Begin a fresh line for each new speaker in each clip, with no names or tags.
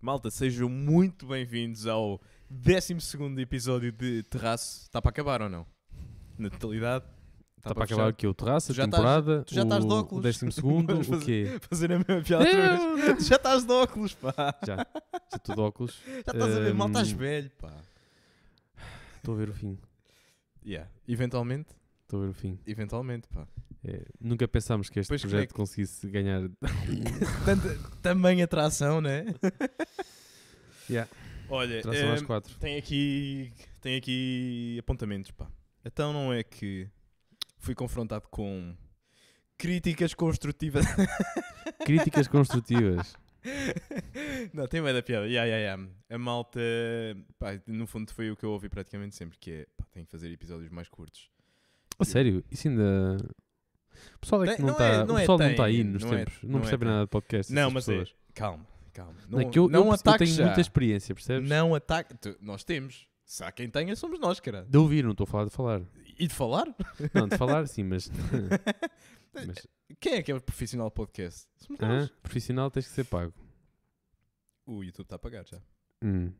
Malta, sejam muito bem-vindos ao 12 episódio de Terraço. Está para acabar ou não? Na totalidade? Tá
Está Tá para acabar aqui o terraço,
Tu
a
já estás-
temporada,
tu já estás de
o,
óculos.
o décimo segundo,
Vamos
o quê?
Fazer a mesma piada outra vez. Tu Já estás de óculos, pá.
Já, já tudo óculos.
Já estás a ver, mal estás
Hum.
velho, pá.
Estou a ver o fim,
Yeah. Eventualmente,
estou a ver o fim.
eventualmente, pá.
É, nunca pensámos que este
Pois, como é
projeto
que-
conseguisse ganhar...
Tanta, também atração, né?
Yeah.
Olha,
Tração às
hum,
quatro.
Tem aqui, tem aqui apontamentos, pá. Então não é que fui confrontado com críticas construtivas.
Críticas construtivas.
não, tem bem da piada. Ya, ya, ya. A malta, pá, no fundo foi o que eu ouvi praticamente sempre, que é, pá, tem que fazer episódios mais curtos.
A sério, isso ainda... O pessoal é que
Tem-
não
não é-
está
não é tem,
tá aí nos
não é-
tempos, não,
não é
percebe
tem.
nada de podcast.
não,
essas
mas
pessoas.
é, calma, calma.
Não,
Não,
é que eu,
não
eu, eu
ataques
tenho
já.
muita experiência, percebes?
Não ataque. Tu- Nós temos. Se há quem tenha, somos nós, cara.
De ouvir, não estou a falar de falar.
E de falar?
Não, de falar sim, mas... mas
Quem é que é o profissional de podcast? Somos
hã?
nós.
profissional tens que ser pago.
O YouTube está a pagar já.
Hum.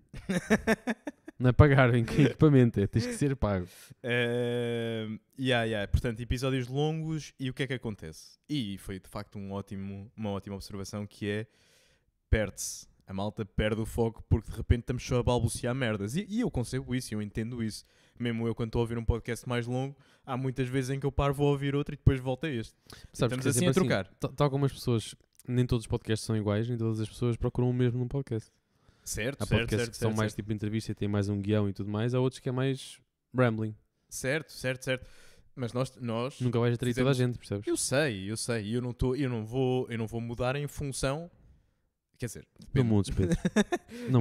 Não é pagar em que equipamento, é tens que ser pago.
Ehm, yeah, yeah. Portanto, episódios longos e o que é que acontece? E foi de facto um ótimo, uma ótima observação que é perde-se. A malta perde o foco porque de repente estamos só a balbuciar merdas. E, e eu concebo isso, eu entendo isso. Mesmo eu, quando estou a ouvir um podcast mais longo, há muitas vezes em que eu paro, vou ouvir outro e depois volto a este.
Sabes,
Estamos
que é
assim
sempre
a trocar.
ta- tal como as pessoas, nem todos os podcasts são iguais, nem todas as pessoas procuram o mesmo num podcast.
Certo,
Há
certo,
podcasts
certo,
que são
certo,
mais
certo.
tipo entrevista e têm mais um guião e tudo mais, há outros que é mais rambling.
certo, certo, certo. Mas nós, nós
Nunca vais atrair toda a gente, percebes?
Eu sei, eu sei. Eu não, tô, eu, não vou, eu não vou mudar em função. Quer dizer,
Não
depende.
mudes, Pedro. Não,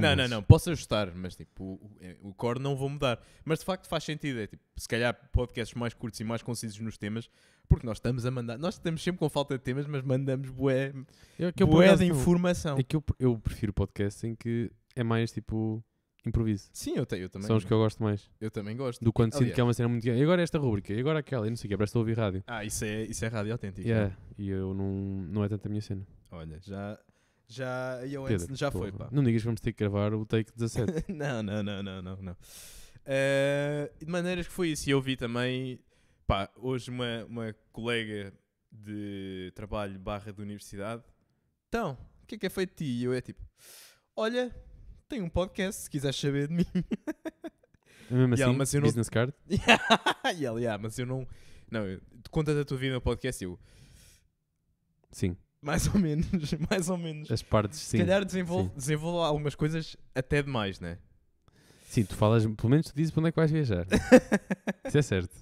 não, não,
mudes.
não, posso ajustar, mas tipo, o, o- o core não vou mudar. Mas de facto faz sentido, é tipo, se calhar podcasts mais curtos e mais concisos nos temas, porque nós estamos a mandar, nós estamos sempre com falta de temas, mas mandamos bué,
Eu, que eu, por
bué
acaso,
de
não.
informação.
É que eu, eu prefiro podcasts em que é mais tipo improviso.
Sim, eu, te, eu, também,
são os que eu gosto mais.
eu também gosto.
Do quando sinto
Aliás.
que é uma cena muito. E agora esta rubrica, e agora aquela, e não sei o que, parece que estou a ouvir rádio.
Ah, isso é, isso é rádio autêntica.
Yeah, e eu não, não é tanto a minha cena.
Olha, já, já, eu antes-
Pedro,
já foi,
porra,
pá.
Não digas que vamos ter que gravar o take 17.
não, não, não, não, não, não. Eh, de maneiras que foi isso. E eu vi também, pá, hoje uma, uma colega de trabalho barra de universidade. Então, o que é que é feito de ti? E eu é tipo, olha, tenho um podcast, se quiseres saber de mim.
É mesmo
Yeah,
assim,
mas eu não-
business card.
e ela, "Yeah, mas eu não... Não, eu- conta da tua vida no podcast. Eu,
Sim,
mais ou menos, mais ou menos.
as partes sim.
Se calhar desenvol-
Assim, sim.
desenvolvo algumas coisas até demais, né?
Sim, tu falas, pelo menos tu dizes para onde é que vais viajar. Isso é certo.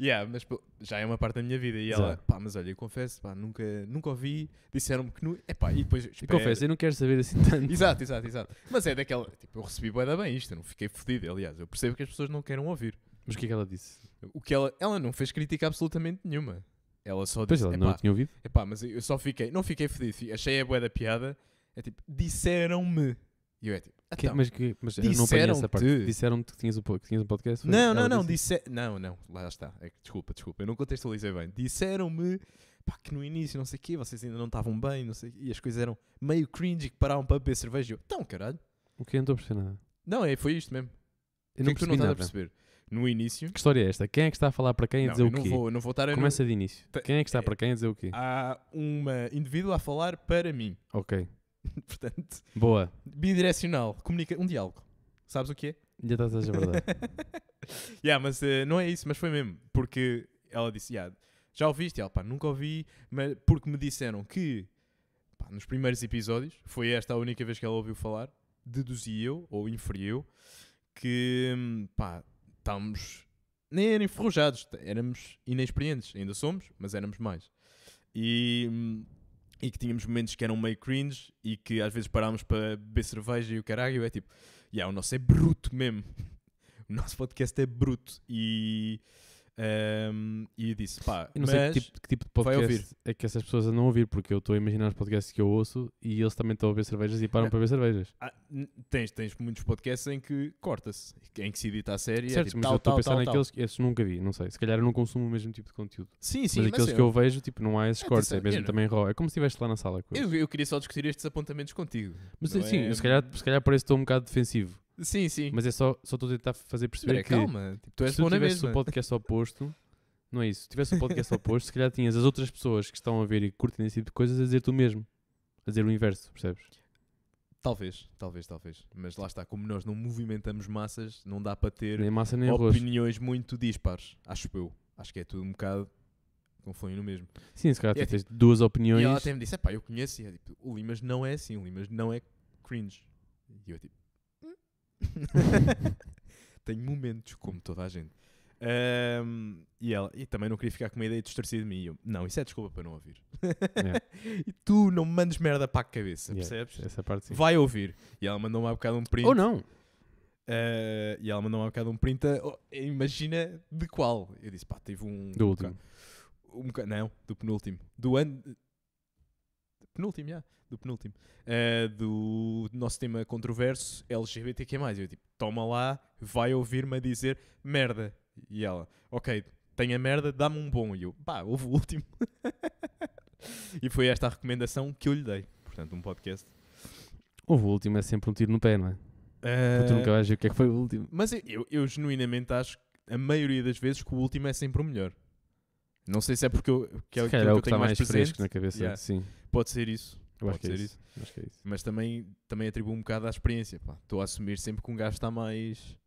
Yeah, mas pô, já é uma parte da minha vida. E ela,
Exato.
pá, mas olha, eu confesso, pá, nunca, nunca ouvi. Disseram-me que não. Epá, e depois.
E
espera.
confesso, eu não quero saber assim tanto.
Exato, exato, exato. Mas é daquela. Tipo, eu recebi bué da bem isto, eu não fiquei fodido. Aliás, eu percebo que as pessoas não queiram ouvir.
Mas o que é que ela disse?
O que ela. Ela não fez crítica absolutamente nenhuma. Ela só
Pois
disse.
ela não
epá,
tinha ouvido.
epá, mas eu só fiquei. Não fiquei fodido. fi- Achei a bué da piada. É tipo, disseram-me. E eu é tipo.
Que-
"Então,
mas que, mas eu não apanhei essa parte.
disseram-te.
Disseram-te que tinhas, um, po- que tinhas um podcast? Foi-
Não,
ela
não, não,
disse
disse... não, não, lá está. É que- desculpa, desculpa, eu não contextualizei bem. Disseram-me pá, que no início, não sei o quê, vocês ainda não estavam bem, não sei o quê, e as coisas eram meio cringe e que paravam para beber cerveja. E Eu, então, caralho.
O que eu não estou a perceber nada.
Não, é, foi isto mesmo.
Eu
o que
não
é que tu
percebi
não estás a
nada.
perceber? No início.
Que história é esta? Quem é que está a falar para quem a
não,
dizer
eu
o
não
quê?
vou, eu não vou estar a.
Começa de início.
Te-
Quem é que está
é-
para quem a dizer o quê?
Há uma indivíduo a falar para mim.
Ok.
Portanto,
Boa.
bidirecional, comunica um diálogo. Sabes o que é?
Já estás a dizer a verdade.
yeah, mas eh, não é isso, mas foi mesmo. Porque ela disse, "Yeah, já ouviste? Ela, pá, nunca ouvi, mas porque me disseram que pá, nos primeiros episódios, foi esta a única vez que ela ouviu falar, deduzi eu, ou inferi eu, que hum, pá, estávamos, nem eram enferrujados, t- éramos inexperientes, ainda somos, mas éramos mais. E, hum, e que tínhamos momentos que eram meio cringe e que às vezes parámos para beber cerveja e o caralho, e eu é tipo, yeah, o nosso é bruto mesmo. O nosso podcast é bruto e Ahm, e disse, pá,
Eu não
mas...
sei que tipo, que tipo de
vai
podcast é que essas pessoas andam a ouvir, porque eu estou a imaginar os podcasts que eu ouço e eles também estão a beber cervejas e param
Não.
para beber cervejas.
Ah, n- tens, tens muitos podcasts em que corta-se, em que se edita a série. é
certo,
tipo,
mas
tal,
eu estou a
tal,
pensar
tal, tal.
naqueles que esses nunca vi, não sei. Se calhar eu não consumo o mesmo tipo de conteúdo.
Sim, sim,
mas
mas
aqueles
eu,
que eu vejo, tipo, não há esses cortes, é
Atenção, eu
mesmo
não-
também raw. É como se estivesse lá na sala. com eles.
eu, eu queria só discutir estes apontamentos contigo.
Mas
não
sim,
é-
eu se, calhar, se calhar parece que estou um bocado defensivo,
Sim, sim.
mas é só só estou a tentar fazer perceber
Espera,
que
calma, tipo, tu és
se tu
bom na
tivesse um
mesma.
o podcast oposto, não é isso, se tivesse o podcast oposto, se calhar tinhas as outras pessoas que estão a ver e que curtem esse tipo de coisas a dizer tu mesmo, a dizer o inverso, percebes?
Talvez, talvez, talvez. Mas lá está, como nós não movimentamos massas, não dá para ter
Nem massa nem arroz.
opiniões muito dispares. Acho eu. Acho que é tudo um bocado. Confluem no mesmo.
Sim, se calhar
E é
tu tens duas
E ela
opiniões.
até me disse: é pá, eu conheço. E é tipo, o Limas não é assim, o Limas não é cringe. E eu tipo. "Hum." Tenho momentos, como toda a gente. Ahm, e ela, e também não queria ficar com uma ideia distorcida de mim. E eu, não, isso é desculpa para não ouvir.
Yeah.
e tu não me mandes merda para a cabeça,
Yeah,
percebes?
Essa é parte sim.
Vai ouvir. E ela mandou-me há bocado um print.
Ou não.
Eh, e ela mandou-me há bocado um print. a- oh, imagina de qual? Eu disse, pá, tive um.
Do
um
último.
boca- um boca- não, do penúltimo. Do ano. Penúltimo, já. do penúltimo. Eh, do nosso tema controverso LGBTQ. Eu tipo, toma lá, vai ouvir-me a dizer merda. E ela, ok, tenha merda, dá-me um bom. E eu, pá, houve o último. e foi esta a recomendação que eu lhe dei. Portanto, um podcast.
Houve o último, é sempre um tiro no pé, não é? Porque tu
Eh,
nunca vais ver o que é que foi o último.
Mas eu, eu, eu genuinamente acho que a maioria das vezes que o último é sempre o melhor. Não sei se é porque eu, que é
Se
aquilo
calhar é
que
o
eu
que está
tenho mais
mais
presente.
fresco né? na cabeça.
Yeah.
Sim,
Pode ser isso.
eu
Pode
acho que, é
ser
isso. acho que é isso.
Mas também, também atribuo um bocado à experiência. pá. Estou a assumir sempre que um gajo está mais.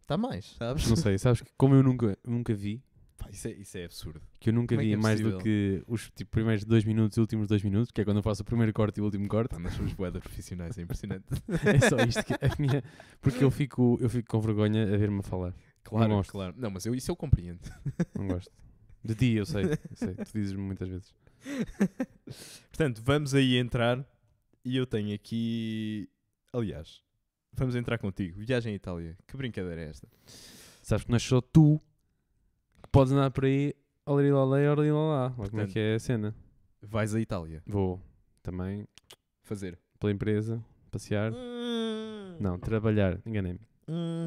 Está mais, sabes?
Não sei, sabes que como eu nunca, nunca vi,
Pá, isso, é, isso é absurdo.
que eu nunca
Como é que
vi
é
mais do
possível?
que os tipo, primeiros dois minutos e últimos dois minutos, que é quando eu faço o primeiro corte e o último corte.
Pá, nós somos boeda profissionais, é impressionante.
É só isto que a minha. Porque eu fico, eu fico com vergonha a ver-me a falar.
Claro,
Não gosto.
claro. Não, mas eu, isso eu compreendo.
Não gosto. De ti, eu sei. eu sei. Tu dizes-me muitas vezes.
Portanto, vamos aí entrar e eu tenho aqui. Aliás, vamos entrar contigo. Viagem à Itália. Que brincadeira é esta?
Sabes que não és só tu que podes andar por aí, olirilalé, olirilalá. Olha como é
Portanto-
que é a cena.
Vais à Itália
Vou também
fazer.
pela empresa, passear. Não, trabalhar. Enganei-me.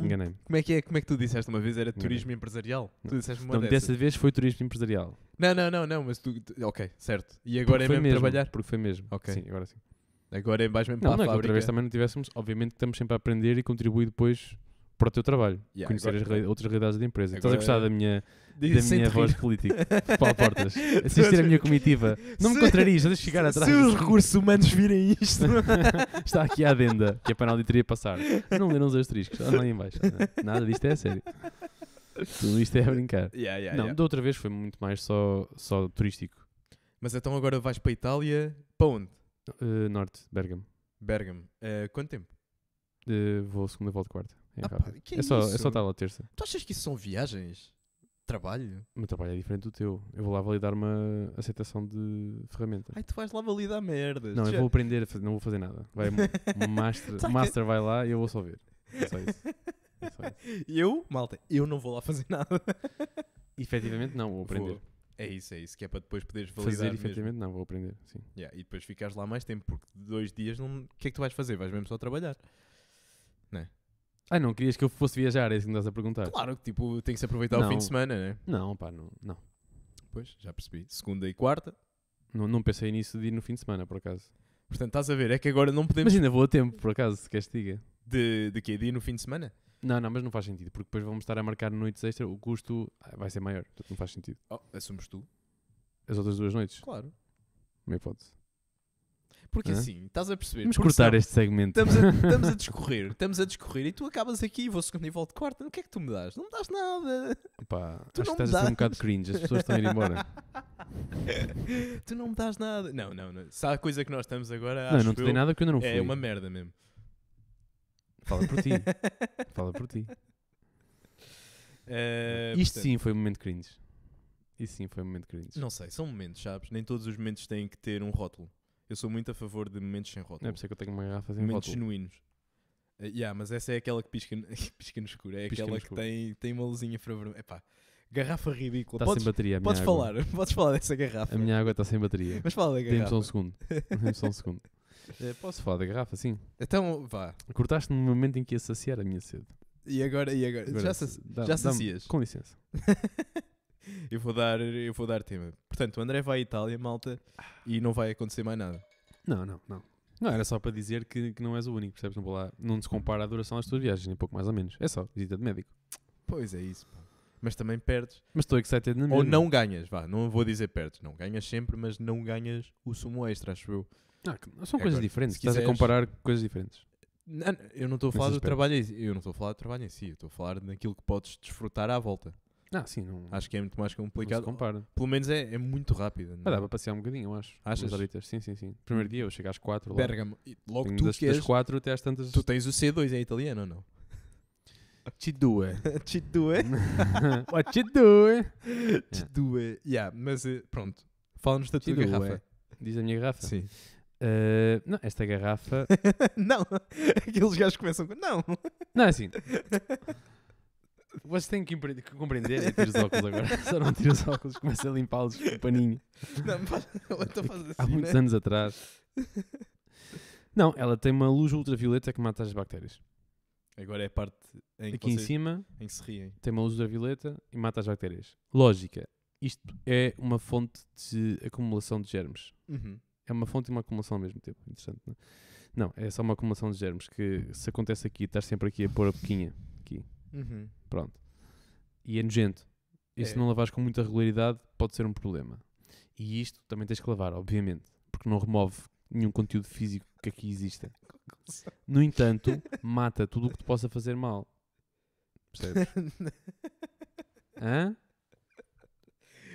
Enganei-me.
Como é que é? Como é que tu disseste uma vez? Era
Não.
turismo empresarial? Tu disseste uma
Não,
dessas.
dessa vez foi turismo empresarial.
Não, não, não, não, mas tu, tu- Ok, certo. E agora
Porque
é
foi
mesmo, trabalhar?
Porque foi mesmo.
Ok.
Sim, agora sim.
Agora é mais mesmo
Não,
para
não,
a
é que outra
fábrica.
vez também não tivéssemos. Obviamente que estamos sempre a aprender e contribuir depois para o teu trabalho.
Yeah,
conhecer
agora-
as rei- outras realidades da empresa. Estás a
Agora-
gostar da minha,
Diz-
da
sem
minha
te
voz
rir.
política? Paulo Portas, assistir a minha comitiva. Não me
Se-
contrarias, deixa chegar atrás.
Se os recursos humanos virem isto.
Está aqui à adenda, que é para a auditoria passar. Não leram os asteriscos, está lá em baixo. Nada disto é a sério. Tudo isto é a brincar.
Yeah, yeah,
não,
yeah.
da outra vez foi muito mais só, só turístico.
Mas então agora vais para a Itália. Para onde?
Uh, norte, Bergamo.
Bergamo. Eh, quanto tempo?
Uh, vou segunda, volta quarta. É,
Ah, pá,
rápido.
que
é, só, é
isso?
só estar lá terça.
Tu achas que isso são viagens? Trabalho?
O meu trabalho é diferente do teu. Eu vou lá validar uma aceitação de ferramenta.
Ai, tu vais lá validar merdas.
Não,
Tu
eu
já-
vou aprender, a fazer- não vou fazer nada. Vai um master,
Saca?
o master vai lá e eu vou só ver. É só isso. É só isso.
Eu, malta, eu não vou lá fazer nada.
Efetivamente não, vou aprender.
Vou. É isso, é isso, que é para depois poderes validar
fazer
mesmo.
efetivamente não, vou aprender, sim.
Yeah, e depois ficares lá mais tempo, porque dois dias não. O que é que tu vais fazer? Vais mesmo só trabalhar.
Ah, não querias que eu fosse viajar, é isso que me estás a perguntar.
Claro que tipo, tem que se aproveitar o
Não.
fim de semana, né?
Não, pá, não, não.
Pois, já percebi. Segunda e quarta.
Não, não pensei nisso de ir no fim de semana, por acaso.
Portanto, estás a ver, é que agora não podemos.
Mas ainda vou a tempo, por acaso, se queres que te diga.
De, de quê? De ir no fim de semana?
Não, não, mas não faz sentido, porque depois vamos estar a marcar noites extra, o custo ah, vai ser maior, portanto não faz sentido.
Oh, assumes tu?
As outras duas noites,
Claro.
uma hipótese.
Porque
Hã?
assim, estás a perceber.
É. Vamos
porque
cortar
senão-
este segmento.
Estamos a, estamos a discorrer, estamos a discorrer e tu acabas aqui, vou segundo nível de quarta. O que é que tu me dás? Não me das nada.
Pá,
Tu
acho que
não
estás a ser
dás.
um bocado cringe, as pessoas estão a ir embora.
tu não me dás nada. Não, não, não. Se há coisa que nós estamos agora,
não,
acho
não te
eu,
dei nada porque eu ainda não fui.
é uma merda mesmo.
Fala por ti. Fala por ti.
Eh,
Isto
portanto,
sim foi um momento cringe. Isso sim foi um momento cringe.
Não sei, são momentos, sabes? Nem todos os momentos têm que ter um rótulo. Eu sou muito a favor de momentos sem
É
rótulo.
por isso é que eu tenho uma garrafa sem
momentos
rótulo.
genuínos. Eh, yeah, mas essa é aquela que pisca, pisca no escuro. É
Pisca no
aquela que
escuro.
tem, tem uma luzinha infravermelha. Epá, garrafa ridícula.
Está
podes
Tá sem bateria. A minha
podes
água.
falar, podes falar dessa garrafa.
A minha água está sem bateria.
Mas fala da
Dê-me só
garrafa.
um segundo. Dê-me só um segundo. Eh, posso falar da garrafa? Sim.
Então, vá.
Cortaste no momento em que ia saciar a minha sede.
E agora, e agora?
Agora,
já se,
dá-
já
dá-me-
sacias.
Com licença.
eu, vou dar, eu vou dar tema. Portanto, o André vai à Itália, malta, e não vai acontecer mais nada.
Não, não, não. Não, era só para dizer que, que não és o único, percebes? Não, vou lá, não se compara a duração das tuas viagens, nem pouco mais ou menos. É só visita de médico.
Pois é isso, pá. Mas também perdes.
Mas estou excited na
Ou
mesma.
não ganhas, vá. Não vou dizer perdes. Não ganhas sempre, mas não ganhas o sumo extra, acho eu.
Ah, que- são
É,
coisas
agora,
diferentes.
se
Estás a
quiseres-
comparar coisas diferentes.
Não, não, eu não estou a
Nesse
falar do
aspecto.
trabalho em si. Eu não estou a falar do trabalho em si. Eu estou a falar daquilo que podes desfrutar à volta.
Ah, sim, não, não
Acho que é muito mais
se
complicado.
compara.
Pelo menos é, é muito rápido.
Ah,
não é?
dá para passear um bocadinho, eu acho.
Achas?
Umas horitas. Sim, sim, sim. Primeiro dia eu chego às quatro lá.
Bergamo. E Logo
Tenho
tu
das,
que
das
és-
quatro até às tantas...
Tu tens o C2 em italiano ou não?
te doa.
Te doe. tá-
What you doing?
Te doe. Yeah, mas eh, pronto. Fala-nos da
Te
tua
doe.
garrafa.
Diz a minha garrafa.
Sim.
Ah, não, esta garrafa...
não. Aqueles gajos começam com. Não.
Não, é assim. Você tem que empre- que compreender. Eu tiro os óculos agora. Só não tiro os óculos, começa a limpá-los com o paninho.
não faz- então faz
Há
assim,
muitos
né?
anos atrás. Não, ela tem uma luz ultravioleta que mata as bactérias.
Agora é a parte em que,
Aqui em
vocês-
cima
em que se riem.
tem uma luz ultravioleta e mata as bactérias. Lógica. Isto é uma fonte de acumulação de germes.
Uhum.
É uma fonte e uma acumulação ao mesmo tempo. Interessante, não é? Não, é só uma acumulação de germes que se acontece aqui, estás sempre aqui a pôr a boquinha.
Uhum.
Pronto. E é nojento. E se
É.
não lavares com muita regularidade, pode ser um problema. E isto também tens que lavar, obviamente, porque não remove nenhum conteúdo físico que aqui exista. No entanto, mata tudo o que te possa fazer mal. Percebes? Hã?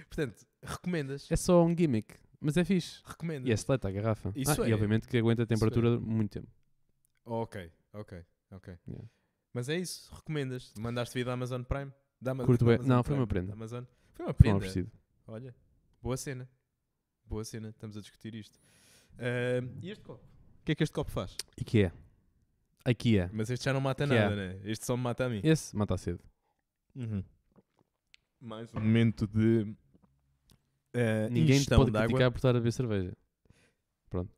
Portanto, recomendas.
É só um gimmick, mas é fixe.
Recomendas.
E é seleta a garrafa.
Isso
ah,
é.
E obviamente que aguenta a temperatura muito tempo.
Ok, ok, ok.
Yeah.
Mas é isso, recomendas. Mandaste vir da Amazon Prime? Da Ama-
Curto
da
bem.
Amazon
Não, foi uma
Prime,
prenda.
da Amazon. Foi uma
Foi um
prenda.
oferecido.
Olha, boa cena. Boa cena, estamos a discutir isto. Ahm, e este copo? O que é que este copo faz?
E que é? Aqui é.
Mas este já não mata
Que
nada, né? Este só me mata a mim.
Esse mata a sede.
Mais um momento de ah,
Ninguém te
ingestão
pode
de água.
criticar por estar a beber cerveja.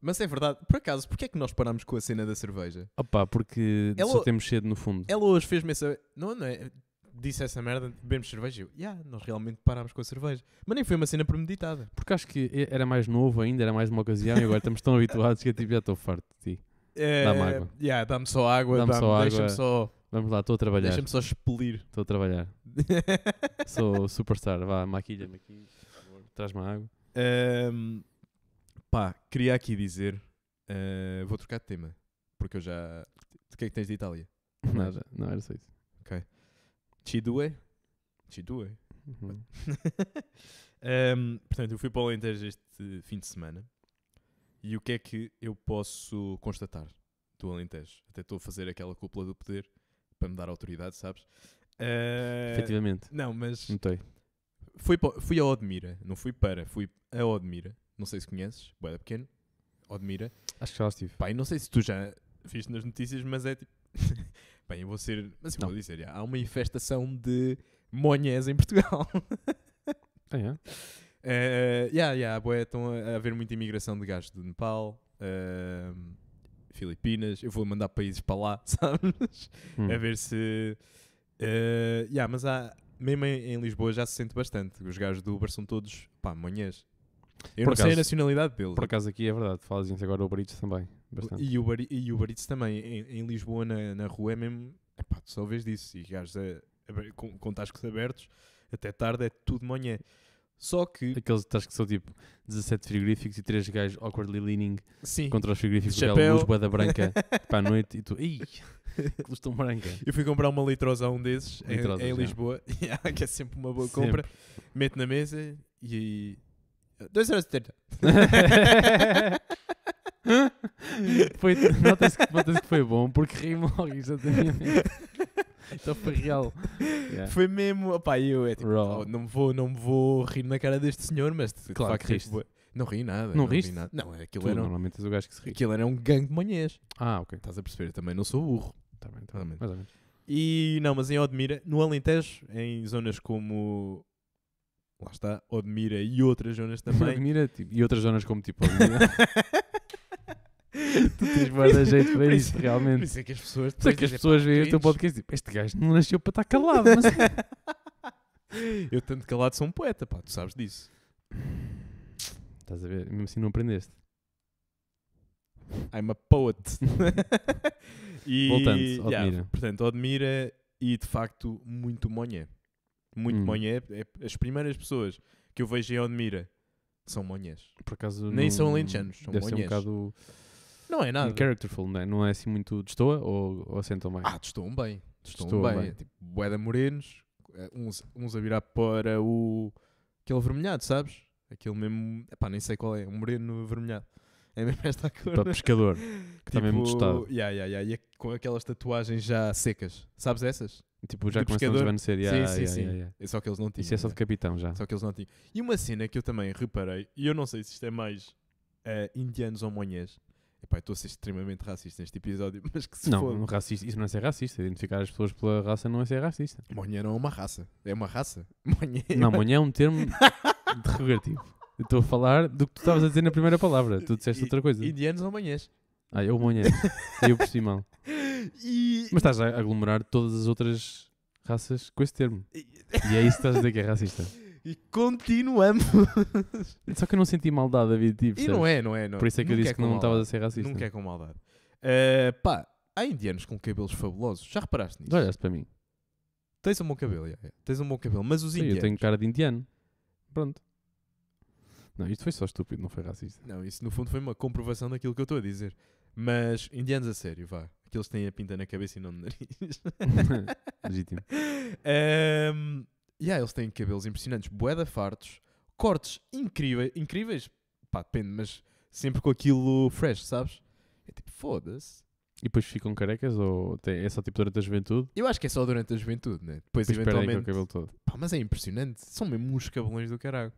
Mas é verdade, por acaso, porquê é que nós parámos com a cena da cerveja?
Opa, porque
Ela-
só temos cedo no fundo.
Ela hoje fez-me essa. Não, não é? Disse essa merda, bebemos cerveja. e Eu, yeah, nós realmente parámos com a cerveja. Mas nem foi uma cena premeditada.
Porque acho que e- era mais novo ainda, era mais uma ocasião e agora estamos tão habituados que eu tipo, já estou farto de ti.
É,
Dá-me água.
yeah, dá-me só água.
Dá-me
Dá-me
só água.
Deixa-me só,
Vamos lá, estou a trabalhar.
deixa só expelir.
Estou a trabalhar. Sou superstar. Vá, maquilha-me aqui. por favor. Traz-me a água.
Ahm, pá, queria aqui dizer. ah, vou trocar de tema. Porque eu já. O que é que tens de Itália?
Nada, não era só isso.
Chidue? Chidue?
Uhum.
Ahm, portanto, eu fui para o Alentejo este fim de semana. E o que é que eu posso constatar do Alentejo? Até estou a fazer aquela cúpula do poder para me dar autoridade, sabes?
É.
Ah,
Efetivamente. Hum.
não, mas
Notei.
fui, pa- fui a Odmira, não fui para, fui a Odmira. Não sei se conheces, boeda pequeno, Odmira.
Acho que já lá estive.
Pá, e não sei se tu já viste nas notícias, mas é tipo. Bem, eu vou ser. Mas eu vou
Não.
dizer, já, há uma infestação de monhés em Portugal.
Ah, é?
Eh, yeah, yeah, bué, estão a a haver muita imigração de gajos do Nepal, ehm, Filipinas. Eu vou mandar países para lá, sabes?
Hum.
A ver se. eh, yeah, mas há, mesmo em, em Lisboa já se sente bastante. Os gajos do Uber são todos, pá, manhãs. Eu
Por
não sei a
acaso-
nacionalidade deles.
Por acaso aqui é verdade. Falas isso agora, o Baritos também. Bastante.
E o Bari- e o Baritz também. Em, em Lisboa, na, na rua, é mesmo. Epá, tu só vês disso. E gajos a- a- com, com tascos abertos até tarde é tudo manhã. Só que,
Aqueles estás que são tipo 17 frigoríficos e 3 gajos awkwardly leaning
sim,
contra os frigoríficos
De
com aquela
chapéu.
luz bué da branca para a noite e tu. Ih, que luz tão branca.
Eu fui comprar uma litrosa a um desses em-
Litrosas,
em,
já.
Lisboa, Yeah, que é sempre uma boa compra. Mete na mesa e. 2 euros
foi, nota-se que, nota-se que foi bom porque rimo logo exatamente. Então foi real. Yeah.
Foi mesmo. Opá, e eu é tipo,
Raw.
"Oh, não, me vou, não me vou rir na cara deste senhor, mas de
Claro
facto
que riste.
bué." Não ri nada.
Não
ri
riste?
nada. Não, aquilo
Tu,
era, um-
normalmente és o gajo que se ri.
aquilo era um gangue de manhãs.
Ah, ok.
Estás a perceber? Eu também não sou burro.
Tá bem, tá
Mais ou
bem.
menos.
Mais ou menos.
E não, mas em Odmira, no Alentejo, em zonas como. Lá está, Odmira e outras zonas também.
Admira, tipo, e outras zonas como tipo. Admira. tu tens bué de jeito para
Por
isto,
Por
realmente.
isso é que as pessoas.
Só que as pessoas veem o teu podcast e tipo, este gajo não nasceu para estar calado, mas
Eu tanto calado sou um poeta, pá, tu sabes disso.
Estás a ver? Mesmo assim não aprendeste.
I'm a poet. e,
Voltando,
yeah,
Odmira.
portanto, Odmira e de facto muito monhé. Muito
Hum.
monhé. É- As primeiras pessoas que eu vejo em Odmira são monhés.
Por acaso.
Nem
não-
são alentejanos, são
Deve ser um
monhês.
bocado
Não é nada.
uncharacterful, não é? Não é assim muito destoa ou, ou sentam bem?
Ah, destoam bem. Destoam
Destoam
bem.
bem.
É Tipo, boeda morenos, eh, uns, uns a virar para o... Aquele vermelhado, sabes? Aquele mesmo... Epá, nem sei qual é. Um moreno vermelhado. É mesmo esta cor. Tipo,
Para pescador, que também é muito tostado.
yeah, yeah, yeah. E a- com aquelas tatuagens já secas. Sabes essas?
Tipo, já
De
começam a
pescador.
desvanecer. Yeah,
sim, sim,
yeah,
sim.
yeah, yeah.
É só que eles não tinham.
Isso é só de
yeah.
capitão já.
Só que eles não tinham. E uma cena que eu também reparei, e eu não sei se isto é mais eh, indianos ou monhês. Epá, eu estou a ser extremamente racista neste episódio, mas que se
Não,
for.
um racista, isso não é ser racista. Identificar as pessoas pela raça não é ser racista.
Monhê não é uma raça. É uma raça. Monhê.
Não, manhã é um termo derogativo. Eu Estou a falar do que tu estavas a dizer na primeira palavra. Tu disseste
I-
outra coisa.
Indianos ou monhês.
Ah, eu manhã. eu por cima.
E.
Mas tá. estás a aglomerar todas as outras raças com esse termo. E é isso que estás a dizer que é racista.
E continuamos.
Só que eu não senti maldade a vida de ti,
E não é, não é, não.
Por isso é que eu
Nunca
disse que
com
não estavas a
maldade.
ser racista.
Nunca é com maldade. Eh, pá, há indianos com cabelos fabulosos. Já reparaste nisso?
Tu olhaste para mim.
Tens um bom cabelo, yeah, yeah. tens um bom cabelo, mas os
Sim, eu
indianos.
tenho cara de indiano. Pronto. Não, isto foi só estúpido, não foi racista.
Não, isso no fundo foi uma comprovação daquilo que eu estou a dizer. Mas indianos a sério, vá. Aqueles que têm a pinta na cabeça e não no nariz.
Legítimo.
Ahm, yeah, eles têm cabelos impressionantes, boeda fartos, cortes incríveis, incríveis, pá, depende, mas sempre com aquilo fresh, sabes? É tipo, foda-se.
E depois ficam carecas ou até- é só tipo durante a juventude?
Eu acho que é só durante a juventude, né? Depois,
Depois perdem com
eventualmente.
o cabelo todo.
Pá, mas é impressionante, são mesmo uns cabelões do caralho.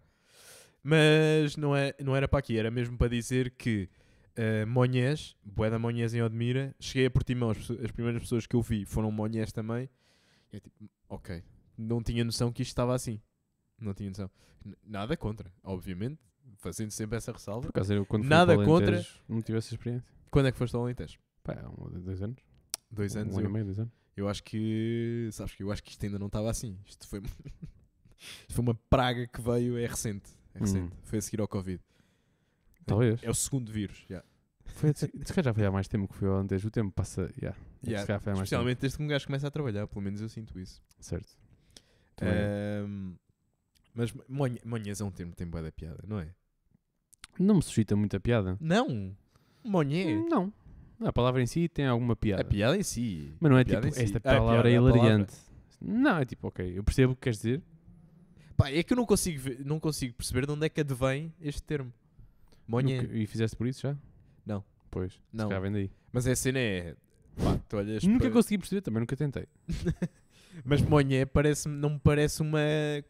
Mas não, é, não era para aqui, era mesmo para dizer que eh, Monhés, Boeda Monhés em Odmira, cheguei a Portimão, as, pesso- as primeiras pessoas que eu vi foram Monhés também. E é tipo, ok, não tinha noção que isto estava assim. Não tinha noção. N- nada contra, obviamente, fazendo sempre essa ressalva.
Por acaso eu quando fui
Nada
para o
contra.
Alentejo, não tive essa experiência.
Quando é que foste ao Alentejo?
Pá, há um, ou dois anos.
Dois anos,
Um ano
eu,
e meio, dois anos.
eu acho que, sabes que eu acho que isto ainda não estava assim. Isto foi, isto foi uma praga que veio, é recente. É recente.
Hum.
Foi a seguir ao Covid.
Talvez.
É o segundo vírus, já.
Foi, se se calhar já foi há mais tempo que fui ao Alentejo. O tempo passa, yeah.
Já,
se calhar foi há mais tempo.
Especialmente desde que um gajo começa a trabalhar, pelo menos eu sinto isso.
Certo. Também-
Eh, Ahm, mas monha- monhas é um termo que tem boa da piada, não é?
Não me suscita muita piada.
Não! Monhê!
Não. A palavra em si tem alguma piada.
É. A piada em si.
Mas não é
piada em
tipo,
si.
esta
Ah, piada,
palavra é
a palavra.
hilariante. Não, é tipo, ok, eu percebo o que queres dizer.
Pá, é que eu não consigo, ver- não consigo perceber de onde é que advém este termo. Monhê.
Nunca- E fizeste por isso já?
Não.
Pois,
Não.
se calhar vem daí.
Mas a cena é. Pá, tu olhas
Nunca
para-
consegui perceber, também nunca tentei.
Mas monhê parece, não me parece uma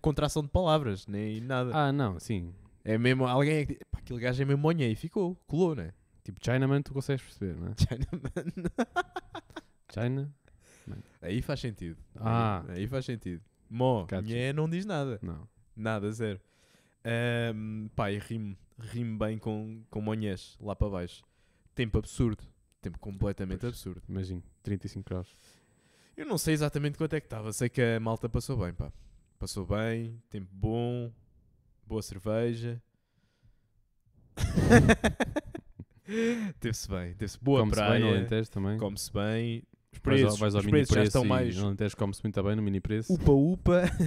contração de palavras, nem nada.
Ah, não, sim.
É mesmo. Alguém é que. Pá, aquele gajo é mesmo monhê e ficou, colou, né?
Tipo, Chinaman tu consegues perceber, não é?
Chinaman.
China,
Aí faz sentido.
Ah.
Aí, aí faz sentido. Mó,
Gotcha.
nhé não diz nada.
não.
Nada, zero. Ahm, pá, e rimo, rimo bem com, com monhés lá para baixo. Tempo absurdo. Tempo completamente
Pois.
absurdo.
Imagino, 35 graus.
Eu não sei exatamente quanto é que estava. Sei que a malta passou bem, pá. Passou bem, tempo bom, boa cerveja. teve-se bem, teve-se boa
Come-se bem no
praia.
Alentejo também.
Come-se bem. Os
Vais ao-
preços,
vais ao
os
mini
preços já
preço
estão
e
mais.
No Alentejo come-se muito bem no mini preço.
Upa, upa.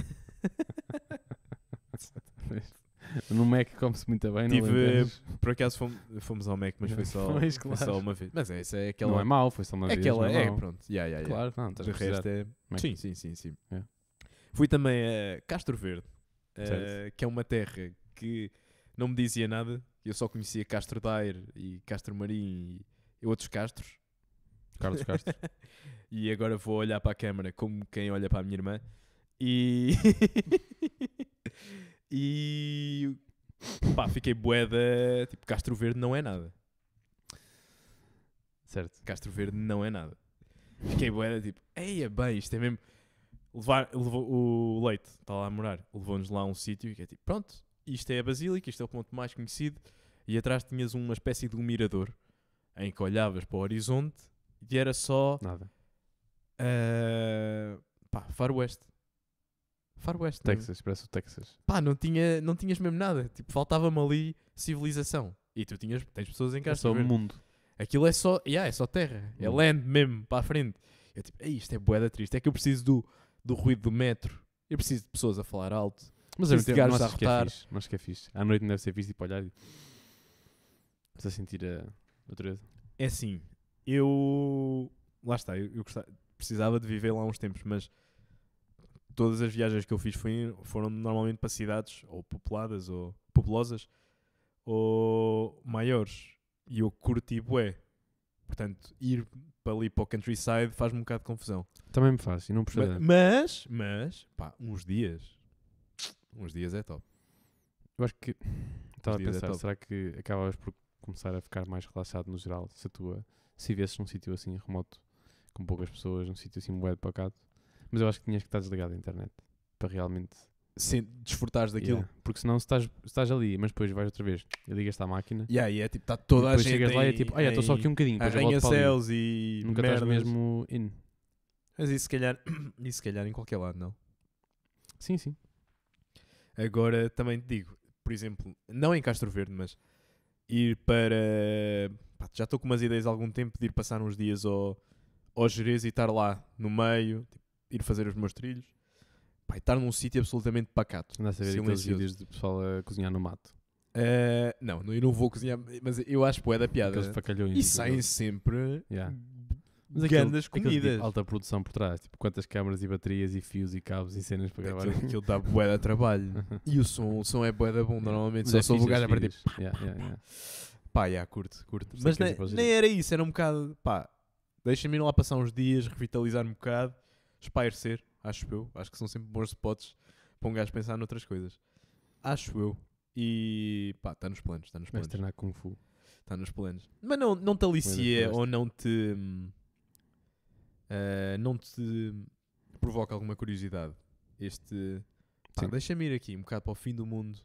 No Mac come-se muito bem no
Tive,
Alentejo.
Por acaso fom- fomos, ao Mac, mas foi só,
Pois,
foi
claro.
só uma vez. Mas é, isso é aquela.
Não é mau, foi só uma
é
vez.
aquela,
não
é,
mau.
pronto. Yeah, yeah, yeah.
Claro, não, estás
De
a precisar.
resto é.
Mac.
Sim, sim, sim. sim.
É.
Fui também a Castro Verde, eh,
Certo.
que é uma terra que não me dizia nada. Eu só conhecia Castro Daire e Castro Marim e outros Castros.
Carlos Castro.
E agora vou olhar para a câmara como quem olha para a minha irmã. E. e. Pá, fiquei boeda. Tipo, Castro Verde não é nada.
certo.
Castro Verde não é nada. Fiquei boeda, tipo, eia bem, isto é mesmo. Levar, levou- o leite está lá a morar, levou-nos lá a um sítio que é tipo, pronto, isto é a Basílica, isto é o ponto mais conhecido, e atrás tinhas uma espécie de um mirador em que olhavas para o horizonte e era só
Nada.
ah, pá, Far West. Far West, não é?
Texas, parece o Texas.
Pá, não, tinha, não tinhas mesmo nada. Tipo, faltava-me ali civilização. E tu tinhas, tens pessoas em
É
casa.
só
a
o
ver.
mundo.
Aquilo é só, yeah, é só terra. É
Hum.
land mesmo, para a frente. Eu tipo, "Ei, isto é boeda triste. É que eu preciso do, do ruído do metro. Eu preciso de pessoas a falar alto.
Mas é
Esse
muito
gajo
não
a
achas que é
rotar.
fixe. Não achas que é fixe. À noite não deve ser fixe, tipo, olhar e... Estás a sentir a a natureza.
É assim, eu... Lá está, eu, eu gostava- precisava de viver lá uns tempos, mas... Todas as viagens que eu fiz foi- foram normalmente para cidades, ou populadas, ou populosas, ou maiores. E eu curti bué. Portanto, ir para ali para o countryside faz-me um bocado de confusão.
Também me faz, e não percebo.
Ma- Mas, mas, pá, uns dias. Uns dias é top.
Eu acho que estava a
dias é
pensar,
top.
será que acabavas por começar a ficar mais relaxado no geral se a tua se viesses num sítio assim remoto, com poucas pessoas, num sítio assim moedo pacato? Mas eu acho que tinhas que estar desligado da internet para realmente
Sem desfrutares daquilo.
Yeah. Porque senão se estás, se estás ali, mas depois vais outra vez e ligas-te à máquina
Yeah. e é tipo, está toda
e
a
depois
gente.
chegas lá e é
em-
tipo, ah, estou só aqui um bocadinho,
em
depois eu volto para ali."
Arranha-céus e.
Nunca
merdas.
estás mesmo in.
Mas isso se calhar. Isso se calhar em qualquer lado, não.
Sim, sim.
Agora também te digo, por exemplo, não em Castro Verde, mas ir para. pá, já estou com umas ideias há algum tempo de ir passar uns dias ao, ao Jerez e estar lá no meio, tipo, ir fazer os meus trilhos. Pá, e estar num sítio absolutamente pacato.
Andaste a ver aqueles
Silencioso.
vídeos de pessoal a cozinhar no mato.
Ah, não, eu não vou cozinhar, mas eu acho bué da piada.
Aqueles facalhões.
E
de-
saem sempre
Yeah. Mas aquilo-
grandes
aquilo de
comidas.
alta produção por trás, tipo quantas câmaras e baterias e fios e cabos e cenas para gravar.
Aquilo, aquilo dá bué de trabalho. E o som, o som é bué da bom, normalmente. Só sou o gajo a partir.
partir. é Yeah, yeah, yeah.
Pá, yeah, curto, curto.
Isto é
Mas
que é
nem,
tipo,
nem era isso, era um bocado, pá, deixa-me ir lá passar uns dias, revitalizar um bocado, espairecer, acho eu. Acho que são sempre bons spots para um gajo pensar noutras coisas. Acho eu. E pá, está nos planos, está nos
Vais
planos.
treinar Kung Fu. Tá
Está nos planos. Mas não, não te alicia
Coisas que
ou não te. hum, ah, não te provoca alguma curiosidade. Este. pá,
Sim.
Deixa-me ir aqui um bocado para o fim do mundo.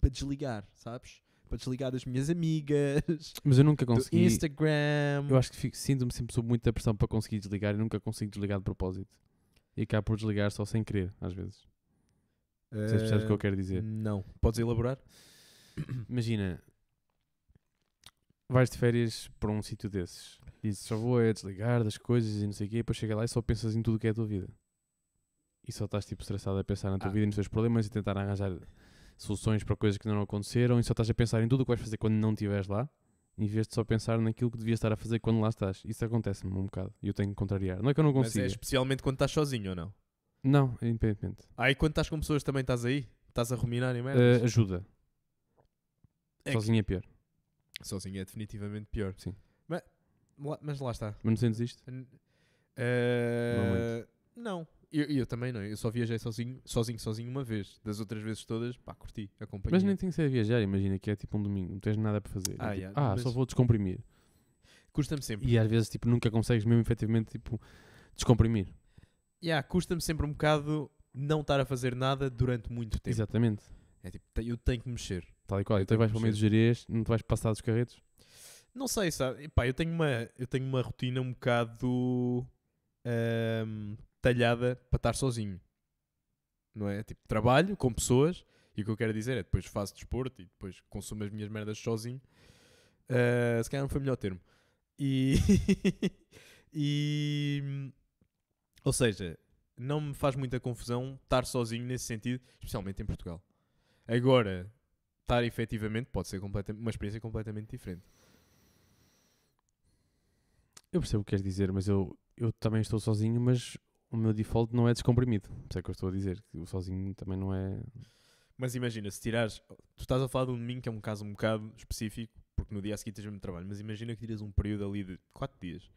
Para desligar, sabes? Para desligar das minhas amigas,
Mas eu nunca
do
consegui.
Instagram.
Eu acho que fico- sinto-me sempre sob muita pressão para conseguir desligar e nunca consigo desligar de propósito. E acabo por desligar só sem querer, às vezes. Não sei se percebes o que eu quero dizer.
Eh, Não. Podes elaborar?
Imagina, vais de férias para um sítio desses. Dizes só vou é desligar das coisas e não sei o quê. E depois chega lá e só pensas em tudo o que é a tua vida. E só estás tipo estressado a pensar na tua
Ah.
vida e nos teus problemas e tentar arranjar soluções para coisas que ainda não aconteceram. E só estás a pensar em tudo o que vais fazer quando não estiveres lá. Em vez de só pensar naquilo que devias estar a fazer quando lá estás. Isso acontece-me um bocado. E eu tenho que contrariar. Não é que eu não
Mas
consiga.
é especialmente quando estás sozinho ou não?
Não, independentemente.
Ah, e quando estás com pessoas também estás aí? Estás a ruminar em merdas?
Ah, ajuda.
É que-
Sozinho é pior.
Sozinho é definitivamente pior.
Sim.
Mas, lá- mas lá está.
Mas não sentes isto?
N- eh, não, eu, eu também não. Eu só viajei sozinho, sozinho, sozinho uma vez. Das outras vezes todas, pá, curti, acompanhei.
Mas nem tem que ser a viajar, imagina que é tipo um domingo, não tens nada para fazer.
Ah,
É tipo,
yeah,
ah,
mas-
só vou descomprimir.
Custa-me sempre.
E às vezes tipo, nunca consegues mesmo efetivamente tipo, descomprimir.
Yeah, custa-me sempre um bocado não estar a fazer nada durante muito tempo.
Exatamente.
É tipo, te- eu tenho que mexer.
Tal e qual.
Eu
Então
tenho
vais
que
para o meio dos
mexer.
gerês, não te vais passar dos carretos.
Não sei, sabe? Pá, eu tenho uma, eu tenho uma rotina um bocado ahm, talhada para estar sozinho. Não é? Tipo, trabalho com pessoas e o que eu quero dizer é depois faço desporto e depois consumo as minhas merdas sozinho. Ah, se calhar não foi o melhor termo. E, e. Ou seja, não me faz muita confusão estar sozinho nesse sentido, especialmente em Portugal. Agora, estar efetivamente pode ser completam- uma experiência completamente diferente.
Eu percebo o que queres dizer, mas eu, eu também estou sozinho, mas o meu default não é descomprimido. Por isso é que eu estou a dizer que o sozinho também não é.
Mas imagina, se tirares. Tu estás a falar de um domingo que é um caso um bocado específico, porque no dia a seguir tens mesmo trabalho. Mas imagina que tiras um período ali de 4 dias.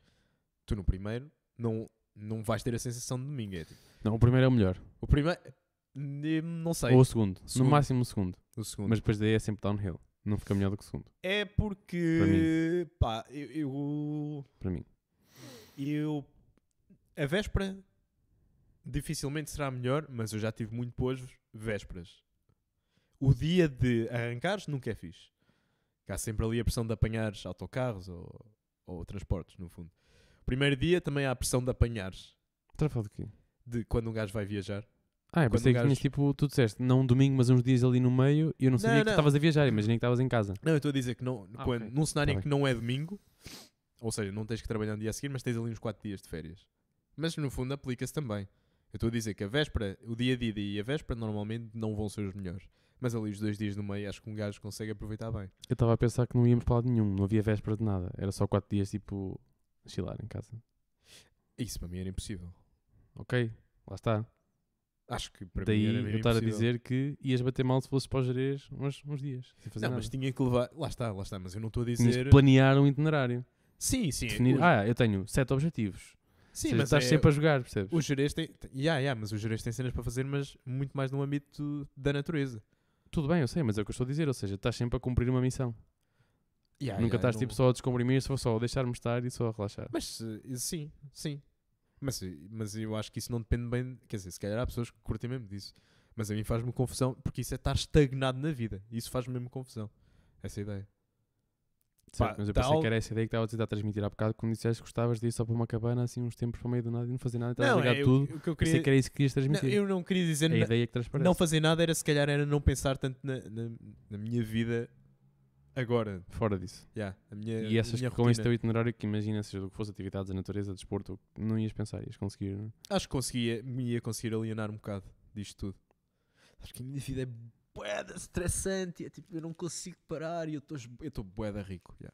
Tu no primeiro não, não vais ter a sensação de domingo. É tipo,
Não, o primeiro é o melhor.
o primeiro. eh, Não sei.
Ou o Tá segundo.
Segundo.
No máximo o segundo.
O segundo.
Mas depois daí é sempre downhill. Não fica melhor do que o segundo,
é porque. Pá, eu, eu,
para mim.
eu A véspera dificilmente será melhor, mas eu já tive muito boas vésperas. O dia de arrancares nunca é fixe. Há sempre ali a pressão de apanhares autocarros ou, ou transportes, no fundo. Primeiro dia também há a pressão de apanhares,
Estás a falar do quê?
de quando um gajo vai viajar.
Ah, eu
Quando
pensei
um
que
gajo-
tinhas tipo, tu disseste, não um domingo, mas uns dias ali no meio, e eu não sabia
Não,
que tu
não.
estavas a viajar, imaginei que estavas em casa.
Não, eu estou a dizer que não,
Ah,
quando-
ok.
num cenário
Tá
em que não é domingo, ou seja, não tens que trabalhar no dia a seguir, mas tens ali uns 4 dias de férias. Mas no fundo aplica-se também. Eu estou a dizer que a véspera, o dia de ida e a véspera normalmente não vão ser os melhores. Mas ali os dois dias no meio acho que um gajo consegue aproveitar bem.
Eu estava a pensar que não íamos para lado nenhum, não havia véspera de nada, era só quatro dias tipo, chilar em casa.
Isso para mim era impossível.
Ok, lá está.
Acho que para mim
Daí
era
eu
mesmo
estar a
impossível.
dizer que ias bater mal se fosses para os Jerez uns, uns dias, sem fazer
Não,
nada.
mas tinha que levar. Lá está, lá está, mas eu não estou a
Tinhas
dizer.
que planear um itinerário.
Sim, sim.
Definir,
o-
ah, eu tenho sete objetivos.
sim,
Sim, mas
mas
estás
é-
sempre a jogar, percebes?
O gerês tem. tem- Yeah, yeah, mas o gerês tem cenas para fazer, mas muito mais no âmbito da natureza.
Tudo bem, eu sei, mas é o que eu estou a dizer, ou seja, estás sempre a cumprir uma missão.
Yeah,
Nunca
yeah,
estás
não-
tipo só a descomprimir, só, só a deixar-me estar e só a relaxar.
Mas eh, sim, sim. Mas, eh, mas eu acho que isso não depende bem. Quer dizer, se calhar há pessoas que curtem mesmo disso. Mas a mim faz-me confusão, porque isso é estar estagnado na vida. Isso faz-me mesmo confusão. Essa ideia.
Certo,
Pá, tá
mas eu
tal-
pensei que era essa ideia que estava a tentar transmitir há bocado quando disseste que gostavas de ir só para uma cabana assim uns tempos para o meio do nada e não fazer nada e estás a ligar
é, o-
tudo.
o que eu
Pensei
queria.
que era isso que querias
Não,
transmitir. É
eu não queria dizer
a
na-
ideia que transparece.
não fazer nada, era se calhar era não pensar tanto na, na- na minha vida agora.
Fora disso.
Yeah, a minha,
E
É a
achas que
minha
com este
rotina.
teu itinerário que imagina, seja do que fosse atividades da natureza, desporto, não ias pensar, ias conseguir. não é?
Acho que conseguia, me ia conseguir alienar um bocado disto tudo. Acho que a minha vida é boeda estressante. e É tipo, eu não consigo parar e eu estou boeda rico. já.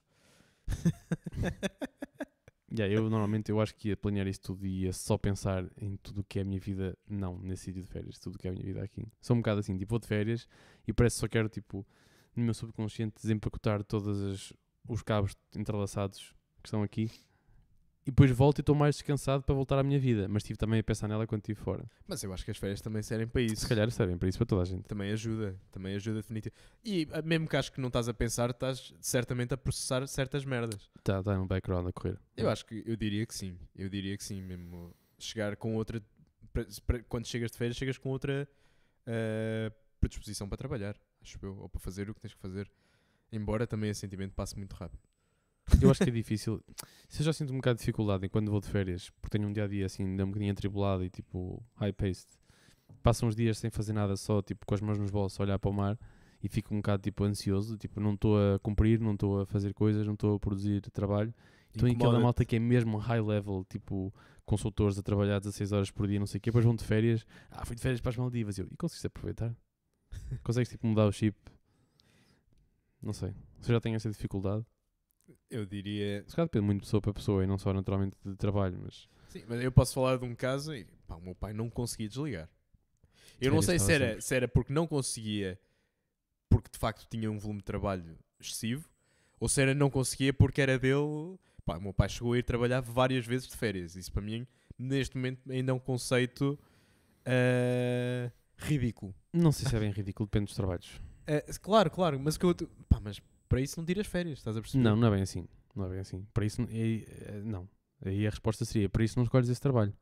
Yeah, eu normalmente eu acho que ia planear isso tudo e ia só pensar em tudo o que é a minha vida, não, nesse sítio de férias, tudo o que é a minha vida aqui. Sou um bocado assim, tipo, vou de férias e parece que só quero, tipo, no meu subconsciente desempacotar todos os cabos entrelaçados que estão aqui. E depois volto e estou mais descansado para voltar à minha vida, mas tive também a pensar nela quando estive fora.
Mas eu acho que as férias também servem para isso.
Se calhar servem para isso para toda a gente.
Também ajuda, também ajuda definitivamente. E ah, mesmo que acho que não estás a pensar, estás certamente a processar certas merdas.
Está tá um background a correr.
Eu acho que eu diria que sim. Eu diria que sim, mesmo chegar com outra pra- pra- quando chegas de férias, chegas com outra ah, predisposição para trabalhar, acho eu, ou para fazer o que tens que fazer. Embora também esse sentimento passe muito rápido.
Eu acho que é difícil. Se eu já sinto um bocado de dificuldade enquanto vou de férias, porque tenho um dia a dia assim, ainda um bocadinho atribulado e tipo high-paced, passo uns dias sem fazer nada, só tipo com as mãos nos bolsos a olhar para o mar e fico um bocado tipo ansioso, tipo não estou a cumprir, não estou a fazer coisas, não estou a produzir trabalho. Então e aquela
Incomoda-te.
malta que é mesmo high level, tipo consultores a trabalhar 16 horas por dia, não sei o quê, depois vão de férias, ah, fui de férias para as Maldivas, e eu, e conseguiste aproveitar? Consegues tipo mudar o chip? Não sei. Você já tem essa dificuldade?
Eu diria.
Se calhar depende muito de pessoa para pessoa e não só naturalmente de trabalho, mas
Sim, mas eu posso falar de um caso e pá, o meu pai não conseguia desligar. Eu não
Férias
sei se
estava
era,
sempre.
se era porque não conseguia, porque de facto tinha um volume de trabalho excessivo, ou se era não conseguia porque era dele. Pá, o meu pai chegou a ir trabalhar várias vezes de férias. Isso para mim, neste momento, ainda é um conceito ah, ridículo.
não sei se é bem ridículo, depende dos trabalhos.
Ah, claro, claro, mas, que eu, pá, mas para isso não tiras férias, estás a perceber?
Não, não é bem assim. Não é bem assim. Para isso, é- é- não. Aí a resposta seria: para isso não escolhes esse trabalho.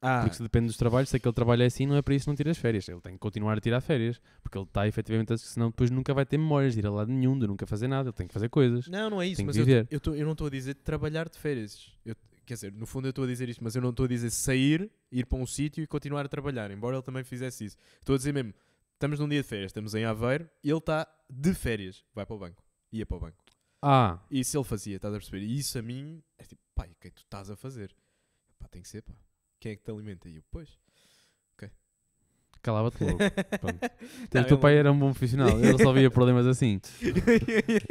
Ah,
Porque se depende dos trabalhos, se aquele trabalho é assim, não é para isso não tiras férias. Ele tem que continuar a tirar férias, porque ele está efetivamente, a- senão depois nunca vai ter memórias de ir a lado nenhum, de nunca fazer nada, ele tem que fazer coisas.
Não, não é isso,
Tem que
mas eu,
viver.
eu tô- eu não estou a dizer de trabalhar de férias. Eu- quer dizer, no fundo eu estou a dizer isto, mas eu não estou a dizer sair, ir para um sítio e continuar a trabalhar, embora ele também fizesse isso. Estou a dizer mesmo, estamos num dia de férias, estamos em Aveiro, e ele está de férias, vai para o banco, ia para o banco.
Ah,
E isso ele fazia, estás a perceber? E isso a mim é tipo, pai, o que é que tu estás a fazer? Pá, tem que ser, pá. Quem é que te alimenta? E eu, pois.
calava-te logo. Pronto.
Não,
o teu
ele-
pai era um bom profissional, ele resolvia problemas assim,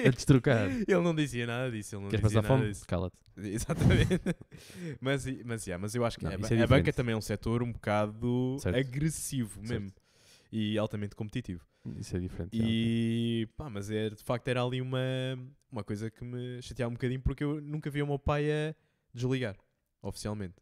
a destrocar.
ele não dizia nada disso, ele não
Queres
dizia
passar
nada
fome?
disso.
Cala-te.
Exatamente. mas, e- mas, yeah, mas eu acho que
Não,
a,
isso
ba-
é
a
diferente.
banca também é um setor um bocado
Certo.
agressivo
Certo.
mesmo. E altamente competitivo.
Isso é diferente.
E pá, mas é, de facto era ali uma, uma coisa que me chateava um bocadinho porque eu nunca via o meu pai a desligar, oficialmente.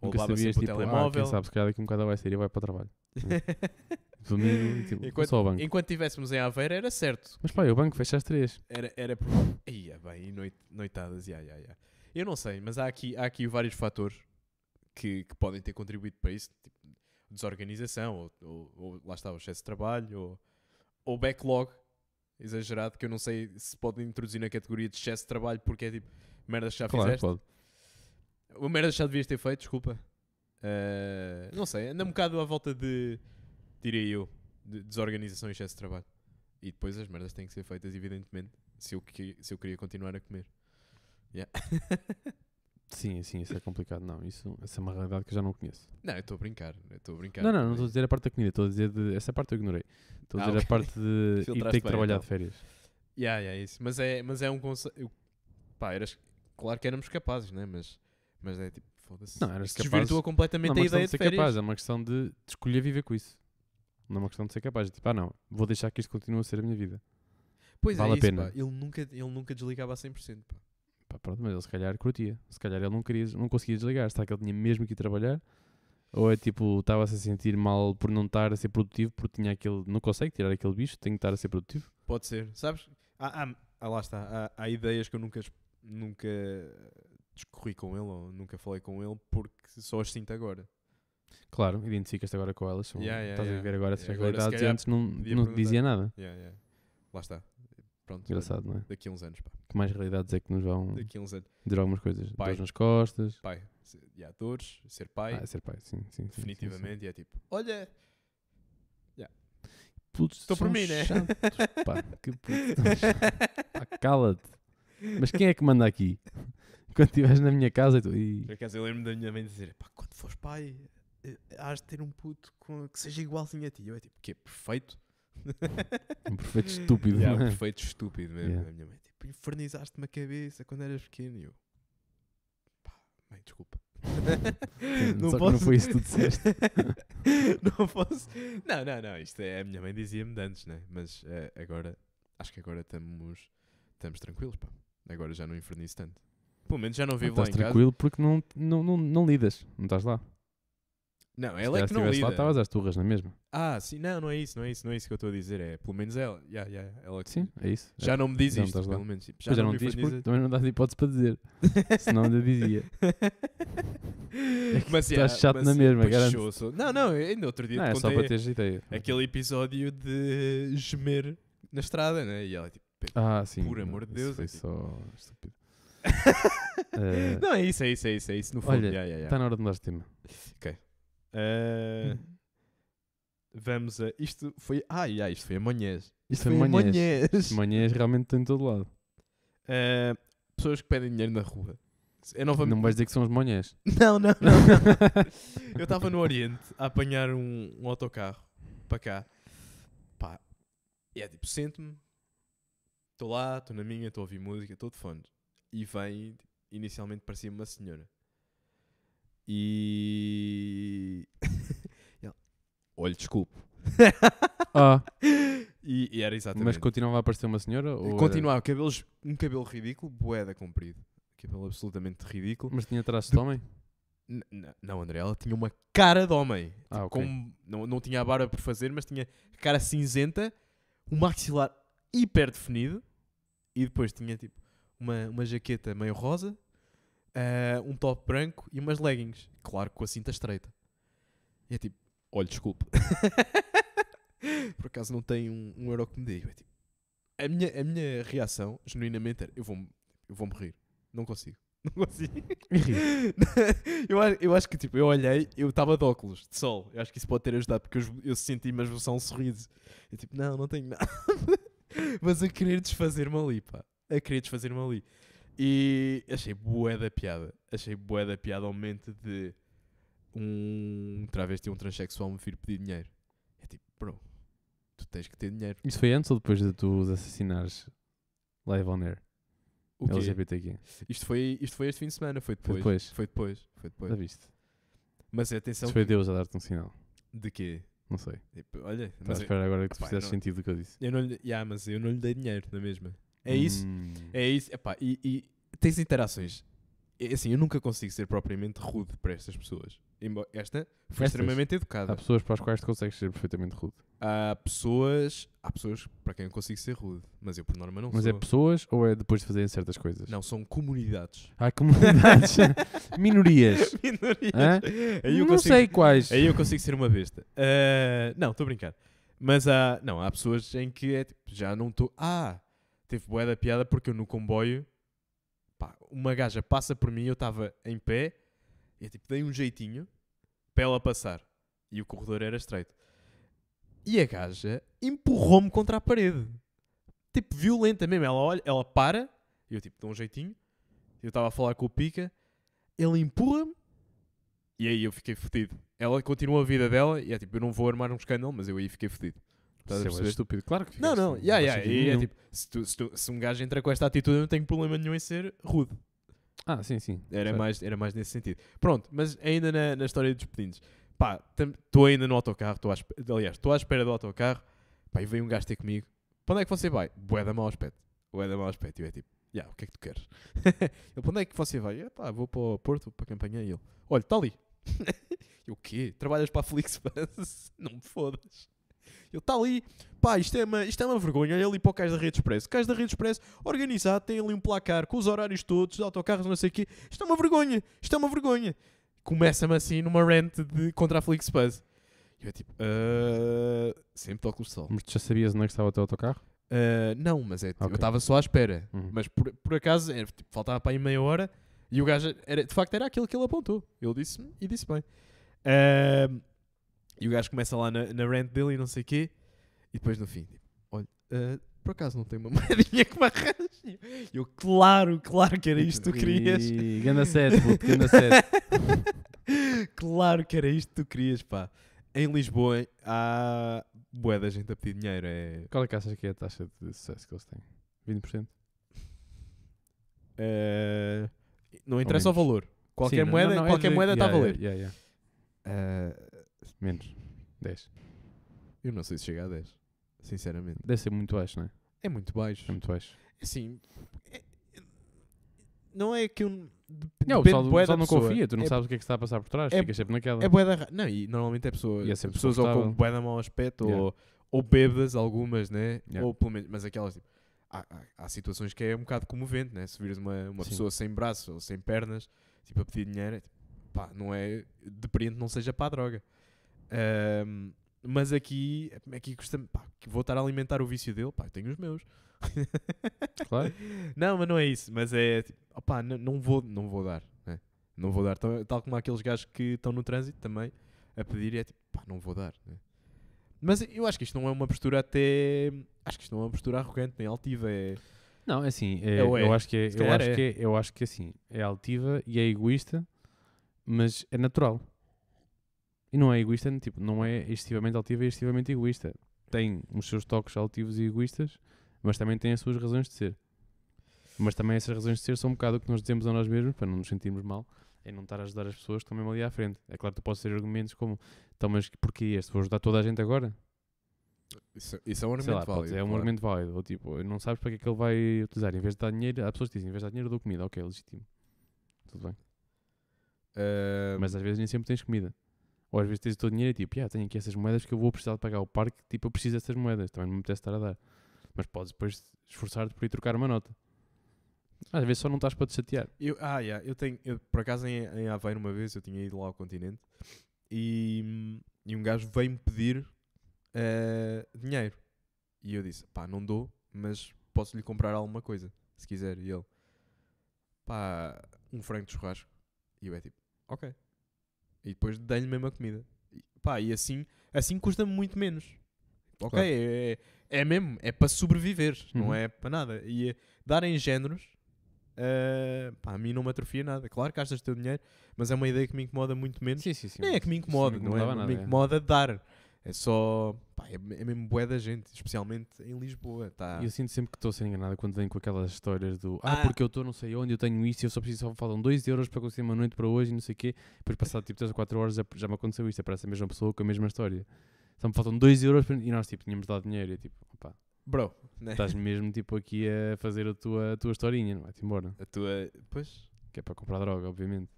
Ou
Nunca
levava
sabias,
sempre
tipo,
o
ah,
telemóvel.
quem sabe, se calhar daqui um bocado vai sair e vai para o trabalho. Domingo, tipo,
Enquanto-
só ao banco.
Enquanto estivéssemos em Aveiro era certo.
Mas pá, e o banco fecha às três.
Era, era por. Ia bem, e noit- noitadas, ia, ia, ia. Eu não sei, mas há aqui, há aqui vários fatores que, que podem ter contribuído para isso, tipo, desorganização, ou, ou- ou lá está, o excesso de trabalho, ou, ou backlog exagerado, que eu não sei se pode introduzir na categoria de excesso de trabalho, porque é tipo, merdas que já
Claro,
fizeste.
pode.
O merda já devias ter feito, desculpa. Eh, não sei, anda um bocado à volta de, diria eu, de desorganização e excesso de trabalho. E depois as merdas têm que ser feitas, evidentemente, se eu, que- se eu queria continuar a comer. Yeah.
Sim, sim, isso é complicado. Não, isso, essa é uma realidade que eu já não conheço.
não, eu estou a brincar, eu estou é a brincar.
não, não, não estou a dizer a parte da comida, estou a dizer de, essa parte eu ignorei. Estou a
Ah,
dizer
ok.
a parte de ir
Filtraste
ter que
bem,
trabalhar
então.
de férias.
Yeah, yeah, isso. Mas é, mas é um conceito. Pá, eras. Claro que éramos capazes, né? Mas, mas é tipo, foda-se.
Não, eras
Isto
capaz-
Desvirtua
Não é
completamente
uma
a
questão
ideia
de
de,
ser
férias.
capaz, é uma questão de, de escolher viver com isso. Não é uma questão de ser capaz. Tipo, ah não, vou deixar que isto continue a ser a minha vida.
Pois
Vale
é,
a
isso,
pena.
pá. Ele nunca, ele nunca desligava a 100%. Pá.
Pá, pronto, mas ele se calhar curtia. Se calhar ele não, queria, não conseguia desligar. Será que ele tinha mesmo que ir trabalhar? Ou é tipo, estava-se a sentir mal por não estar a ser produtivo, porque tinha aquele. Não consegue tirar aquele bicho, tem que estar a ser produtivo.
Pode ser, sabes? Há, há- há- lá está, há, há ideias que eu nunca, es- nunca discorri com ele ou nunca falei com ele porque só as sinto agora.
Claro, identificas-te agora com elas. são-
Yeah, yeah,
estás
yeah.
a viver agora essas
E agora, se
realidades e
calhar,
antes não,
devia
não te dizia nada.
Yeah, yeah. Lá está. Pronto,
Engraçado, não é?
olha, daqui a uns anos, pá.
Que mais realidades é que nos vão
Daqui a uns anos.
dizer algumas coisas?
Pai.
Dores nas costas.
Pai, se- yeah, dores, ser pai,
Ah, ser pai, sim, sim, sim, sim. sim.
definitivamente, e é tipo, olha,
Putos
estou por
são
mim, né?
chatos, pá, que putos são chatos. Pá, cala-te. Mas quem é que manda aqui? Quando estiveres na minha casa e tu. "Ih,
Por acaso eu lembro da minha mãe dizer: pá, quando fores pai, eh, hás de ter um puto com- que seja igualzinho a ti. Eu é tipo, que é perfeito.
Um perfeito estúpido,
Yeah, um
não é?
perfeito estúpido mesmo.
Yeah.
A minha mãe, tipo, infernizaste-me a cabeça quando eras pequeno. E eu, pá, mãe, desculpa.
Só que não foi isso que tu disseste.
não posso. Não, não, não. Isto é, a minha mãe dizia-me de antes, né? Mas eh, agora, acho que agora estamos, estamos tranquilos, pá. Agora já não infernizo tanto. Pelo menos já não vivo lá
estás
em casa.
tranquilo porque não, não, não, não lidas, não estás lá.
Não,
Se
ela é que
calhar se
não
estivesse lá,
lida.
estavas às turras, não é mesmo?
Ah, sim, não, não é isso, não é isso, não é isso que eu estou a dizer. É pelo menos ela. Yeah, yeah, ela que-
Sim, é isso.
Já
é.
não me diz
já não
isto,
estás lá.
pelo menos. tipo,
Pois já não
me
diz
infantiza.
porque também não dás hipótese para dizer. Senão ainda dizia. É que
mas
estás
yeah,
chato
mas
na mesma,
pois
garanto.
sou, sou. Não, não, ainda outro dia
Não,
te
é só
contei
para teres ideia.
aquele episódio de gemer na estrada, né? E ela tipo.
Ah, sim.
Por amor
não,
de
isso
Deus,
Foi
é tipo-
só estúpido. Eh,
Não, é isso, é isso, é isso, é isso. No fundo,
Olha,
yeah, yeah, yeah.
Está Tá na hora de mudar de tema.
Ah, vamos a. Isto foi. Ah, yeah, isto foi amanhã.
Isto foi manhãs.
amanhãs.
Manhãs realmente tem em todo lado.
Ah, pessoas que pedem dinheiro na rua. Eu não vou
Não vais dizer que são os manhãs.
Não, não, não. não. eu estava no Oriente a apanhar um, um autocarro para cá. Pá, e é tipo, sento-me, estou lá, estou na minha, estou a ouvir música, estou de fones. E vem, inicialmente parecia uma senhora. E. e ela, Olha, desculpe.
Ah,
E, e era exatamente.
mas continuava a aparecer uma senhora? Ou era-
Continuar, cabelos, um cabelo ridículo, boeda comprido. Cabelo absolutamente ridículo.
Mas tinha traço de homem?
N- n- Não, André, ela tinha uma cara de homem.
Ah,
Tipo,
ok.
com- não, não tinha a barba por fazer, mas tinha cara cinzenta, um maxilar hiper definido e depois tinha tipo uma, uma jaqueta meio rosa, ah, um top branco e umas leggings. Claro, com a cinta estreita. E é tipo, olha, desculpe. por acaso não tem um, um euro que me dê. Eu é tipo, a minha, a minha reação, genuinamente, era: eu vou-me eu vou rir. Não consigo. Não consigo.
É
eu, acho, eu acho que tipo, eu olhei, eu estava de óculos, de sol. Eu acho que isso pode ter ajudado porque eu, esbo- eu senti mas só um sorriso. Eu tipo, não, não tenho nada. mas a querer desfazer-me ali, pá. A querer desfazer-me ali. E achei bué da piada. Achei bué da piada ao momento de um travesti, um transexual me vir pedir dinheiro. É tipo, bro, tu tens que ter dinheiro.
Isso foi antes ou depois de tu os assassinares live on air?
O quê?
LGBTQ.
Isto, foi, isto foi este fim de semana, foi depois.
Foi depois.
Foi depois. Foi depois.
Já viste?
Mas é atenção,
Isso foi Deus a dar-te um sinal.
de quê?
Não sei.
Tipo, olha,
Estás
mas
a
eu,
esperar agora que tu
Epá,
fizesse
não-
sentido do que eu disse.
eu não lhe, yeah, mas eu não lhe dei dinheiro na mesma. É isso,
Hum.
é isso. Epá, e, e tens interações. É assim, eu nunca consigo ser propriamente rude para estas pessoas. Embo- Esta foi
Estas?
extremamente
Há
educada.
pessoas para as quais tu consegues ser perfeitamente rude.
Há pessoas, há pessoas para quem eu consigo ser rude, mas eu por norma não
Mas
sou.
é pessoas ou é depois de fazerem certas coisas?
Não, são comunidades.
Há comunidades. Minorias.
Minorias.
Hã?
Aí eu
não
consigo-
sei quais.
Aí eu consigo ser uma besta. Ah, não, estou a brincar. Mas há, não, há pessoas em que é tipo, já não estou. Ah, teve boa da piada porque eu no comboio, pá, uma gaja passa por mim, eu estava em pé, e eu, tipo, dei um jeitinho para ela passar. E o corredor era estreito. E a gaja empurrou-me contra a parede. Tipo, violenta mesmo. Ela olha, ela para, eu tipo, dou um jeitinho. Eu estava a falar com o Pica, ele empurra-me e aí eu fiquei fodido. Ela continua a vida dela e é tipo, eu não vou armar um escândalo, mas eu aí fiquei fodido. Estás a
Isso é bué
perceber?
estúpido. Claro que fica
Não, não,
assim,
yeah,
faz
yeah.
sentido
E é
nenhum.
tipo, se, tu- se tu- se um gajo entra com esta atitude, eu não tenho problema nenhum em ser rude.
Ah, sim, sim.
Era,
Certo.
mais, era mais nesse sentido. Pronto, mas ainda na, na história dos pedintes. Pá, estou ainda no autocarro, tô à espe- aliás, estou à espera do autocarro, pá, e veio um gajo ter comigo. Para onde é que você vai? Bué da mau aspecto. Bué da mau aspecto. E eu é tipo, já, o que é que tu queres? ele, para onde é que você vai? Eu, pá, vou para o Porto, vou para a campanha. E ele, olha, está ali. eu, o quê? Trabalhas para a Flixbus? não me fodas. Ele está ali, pá, isto é, uma, isto é uma vergonha. Olha ali para o Cais da Rede Expresso. O Cais da Rede Expresso, organizado, tem ali um placar com os horários todos, de autocarros, não sei o quê. Isto é uma vergonha, isto é uma vergonha. Começa-me assim numa rant de contra a Flixbus. E eu tipo, "Ah, sempre toco o sol.
Mas tu já sabias onde é que estava o teu autocarro?
Ah, não, mas é, tipo, eu
Ok.
estava só à espera.
Uhum.
Mas por, por acaso, era, tipo, faltava para aí meia hora e o gajo, era, de facto, era aquilo que ele apontou. Ele disse-me e disse bem. Ah, e o gajo começa lá na, na rant dele e não sei o quê. E depois no fim, tipo, olha, ah, por acaso não tem uma moedinha que me arranje? E eu, Eu, claro, claro que era isto que tu querias.
Ih, Ganda sete, puto, ganda sete.
Claro que era isto que tu querias, pá. Em Lisboa há bué da gente a pedir dinheiro. É,
Qual é que achas que é a taxa de sucesso que eles têm? 20%?
é, não interessa o
menos.
valor. Qualquer
Sim, não-
moeda,
não, não, é
qualquer
de-
moeda está
yeah,
a valer.
yeah, yeah, yeah.
Ah,
Menos. 10.
eu não sei se chega a 10, sinceramente.
Deve ser muito baixo, não é?
É muito
É
baixo.
muito baixo.
Assim, é- é- não é que eu... de-
Não, o
depende
pessoal, o
bué da
pessoal não
pessoa.
confia, tu não
é,
sabes o que é que está a passar por trás,
é-
ficas sempre naquela.
É bué da... ra- Não, e normalmente é pessoa,
E é sempre
pessoas ou com
desconfortável.
bué da mau aspecto
Yeah.
ou, ou bêbadas algumas, né?
Yeah.
Ou pelo menos, mas aquelas tipo, há, há, há situações que é um bocado comovente, né? Se vires uma, uma
Sim.
pessoa sem braço ou sem pernas, tipo a pedir dinheiro, é tipo, pá, não é, depreendo não seja para a droga. Ahm, mas aqui, é, aqui custa pá, que vou estar a alimentar o vício dele, pá, eu tenho os meus.
Claro.
Não, mas não é isso. Mas é tipo, opá, n- não vou, não vou dar. né? Não vou dar. Tal, tal como aqueles gajos que estão no trânsito também a pedir e é tipo, pá, não vou dar. né? Mas eu acho que isto não é uma postura até. Acho que isto não é uma postura arrogante nem altiva. É,
Não, é assim, é-
É ou é?
eu acho que é,
Se
eu
calhar
acho
é.
que é- eu acho que assim, é altiva e é egoísta, mas é natural. E não é egoísta, no tipo, não é excessivamente altiva e excessivamente egoísta. Tem os seus toques altivos e egoístas, mas também tem as suas razões de ser. Mas também essas razões de ser são um bocado o que nós dizemos a nós mesmos, para não nos sentirmos mal, em não estar a ajudar as pessoas que estão mesmo ali à frente. É claro que tu podes ter argumentos como, então, mas porquê este? Vou ajudar toda a gente agora?
isso, isso é um
Sei
argumento
lá, pode
válido.
ser, é um
claro.
argumento válido. Ou tipo, não sabes para que é que ele vai utilizar. Em vez de dar dinheiro, há pessoas que dizem, em vez de dar dinheiro, eu dou comida. Ok, é legítimo. Tudo bem.
Ah,
Mas às vezes nem sempre tens comida. Ou às vezes tens o teu dinheiro e tipo, yeah, tenho aqui essas moedas que eu vou precisar de pagar o parque. Tipo, eu preciso dessas moedas. Também não me apetece estar a dar. Mas podes depois esforçar-te por ir trocar uma nota. Às vezes só não estás para te chatear.
Eu, ah, yeah, eu tenho, eu, por acaso em, em Aveiro uma vez eu tinha ido lá ao continente e, e um gajo veio-me pedir eh, dinheiro. E eu disse, pá, não dou, mas posso lhe comprar alguma coisa, se quiser. E ele, pá, um frango de churrasco. E eu é tipo, ok. E depois dei-lhe mesmo a comida. E, pá, e assim, assim custa-me muito menos. Ok,
Claro.
é, é- é mesmo, é para sobreviver, não
Uhum.
é para nada. E eh, dar em géneros Uh, pá, a mim não me atrofia nada. Claro que gastas o teu dinheiro, mas é uma ideia que me incomoda muito menos.
Sim, sim, sim.
Nem é que me
isso
incomoda,
me
não é?
incomodava
me
nada, é.
incomoda dar. É só. Pá, é, é mesmo bué da gente, especialmente em Lisboa. Tá.
E eu sinto sempre que estou a ser enganado quando vêm com aquelas histórias do
Ah.
ah, porque eu estou não sei onde, eu tenho isto e eu só preciso, só faltam 2 euros para conseguir uma noite para hoje e não sei o quê. Depois passado tipo 3 ou 4 horas já, já me aconteceu isto, aparece a mesma pessoa com a mesma história. Só me faltam 2 euros para... e nós tipo tínhamos dado dinheiro e eu, tipo, opá,
Bro, né?
estás mesmo tipo aqui a fazer a tua, a tua historinha, não é? vai-te embora.
a tua. Pois.
Que é para comprar droga, obviamente.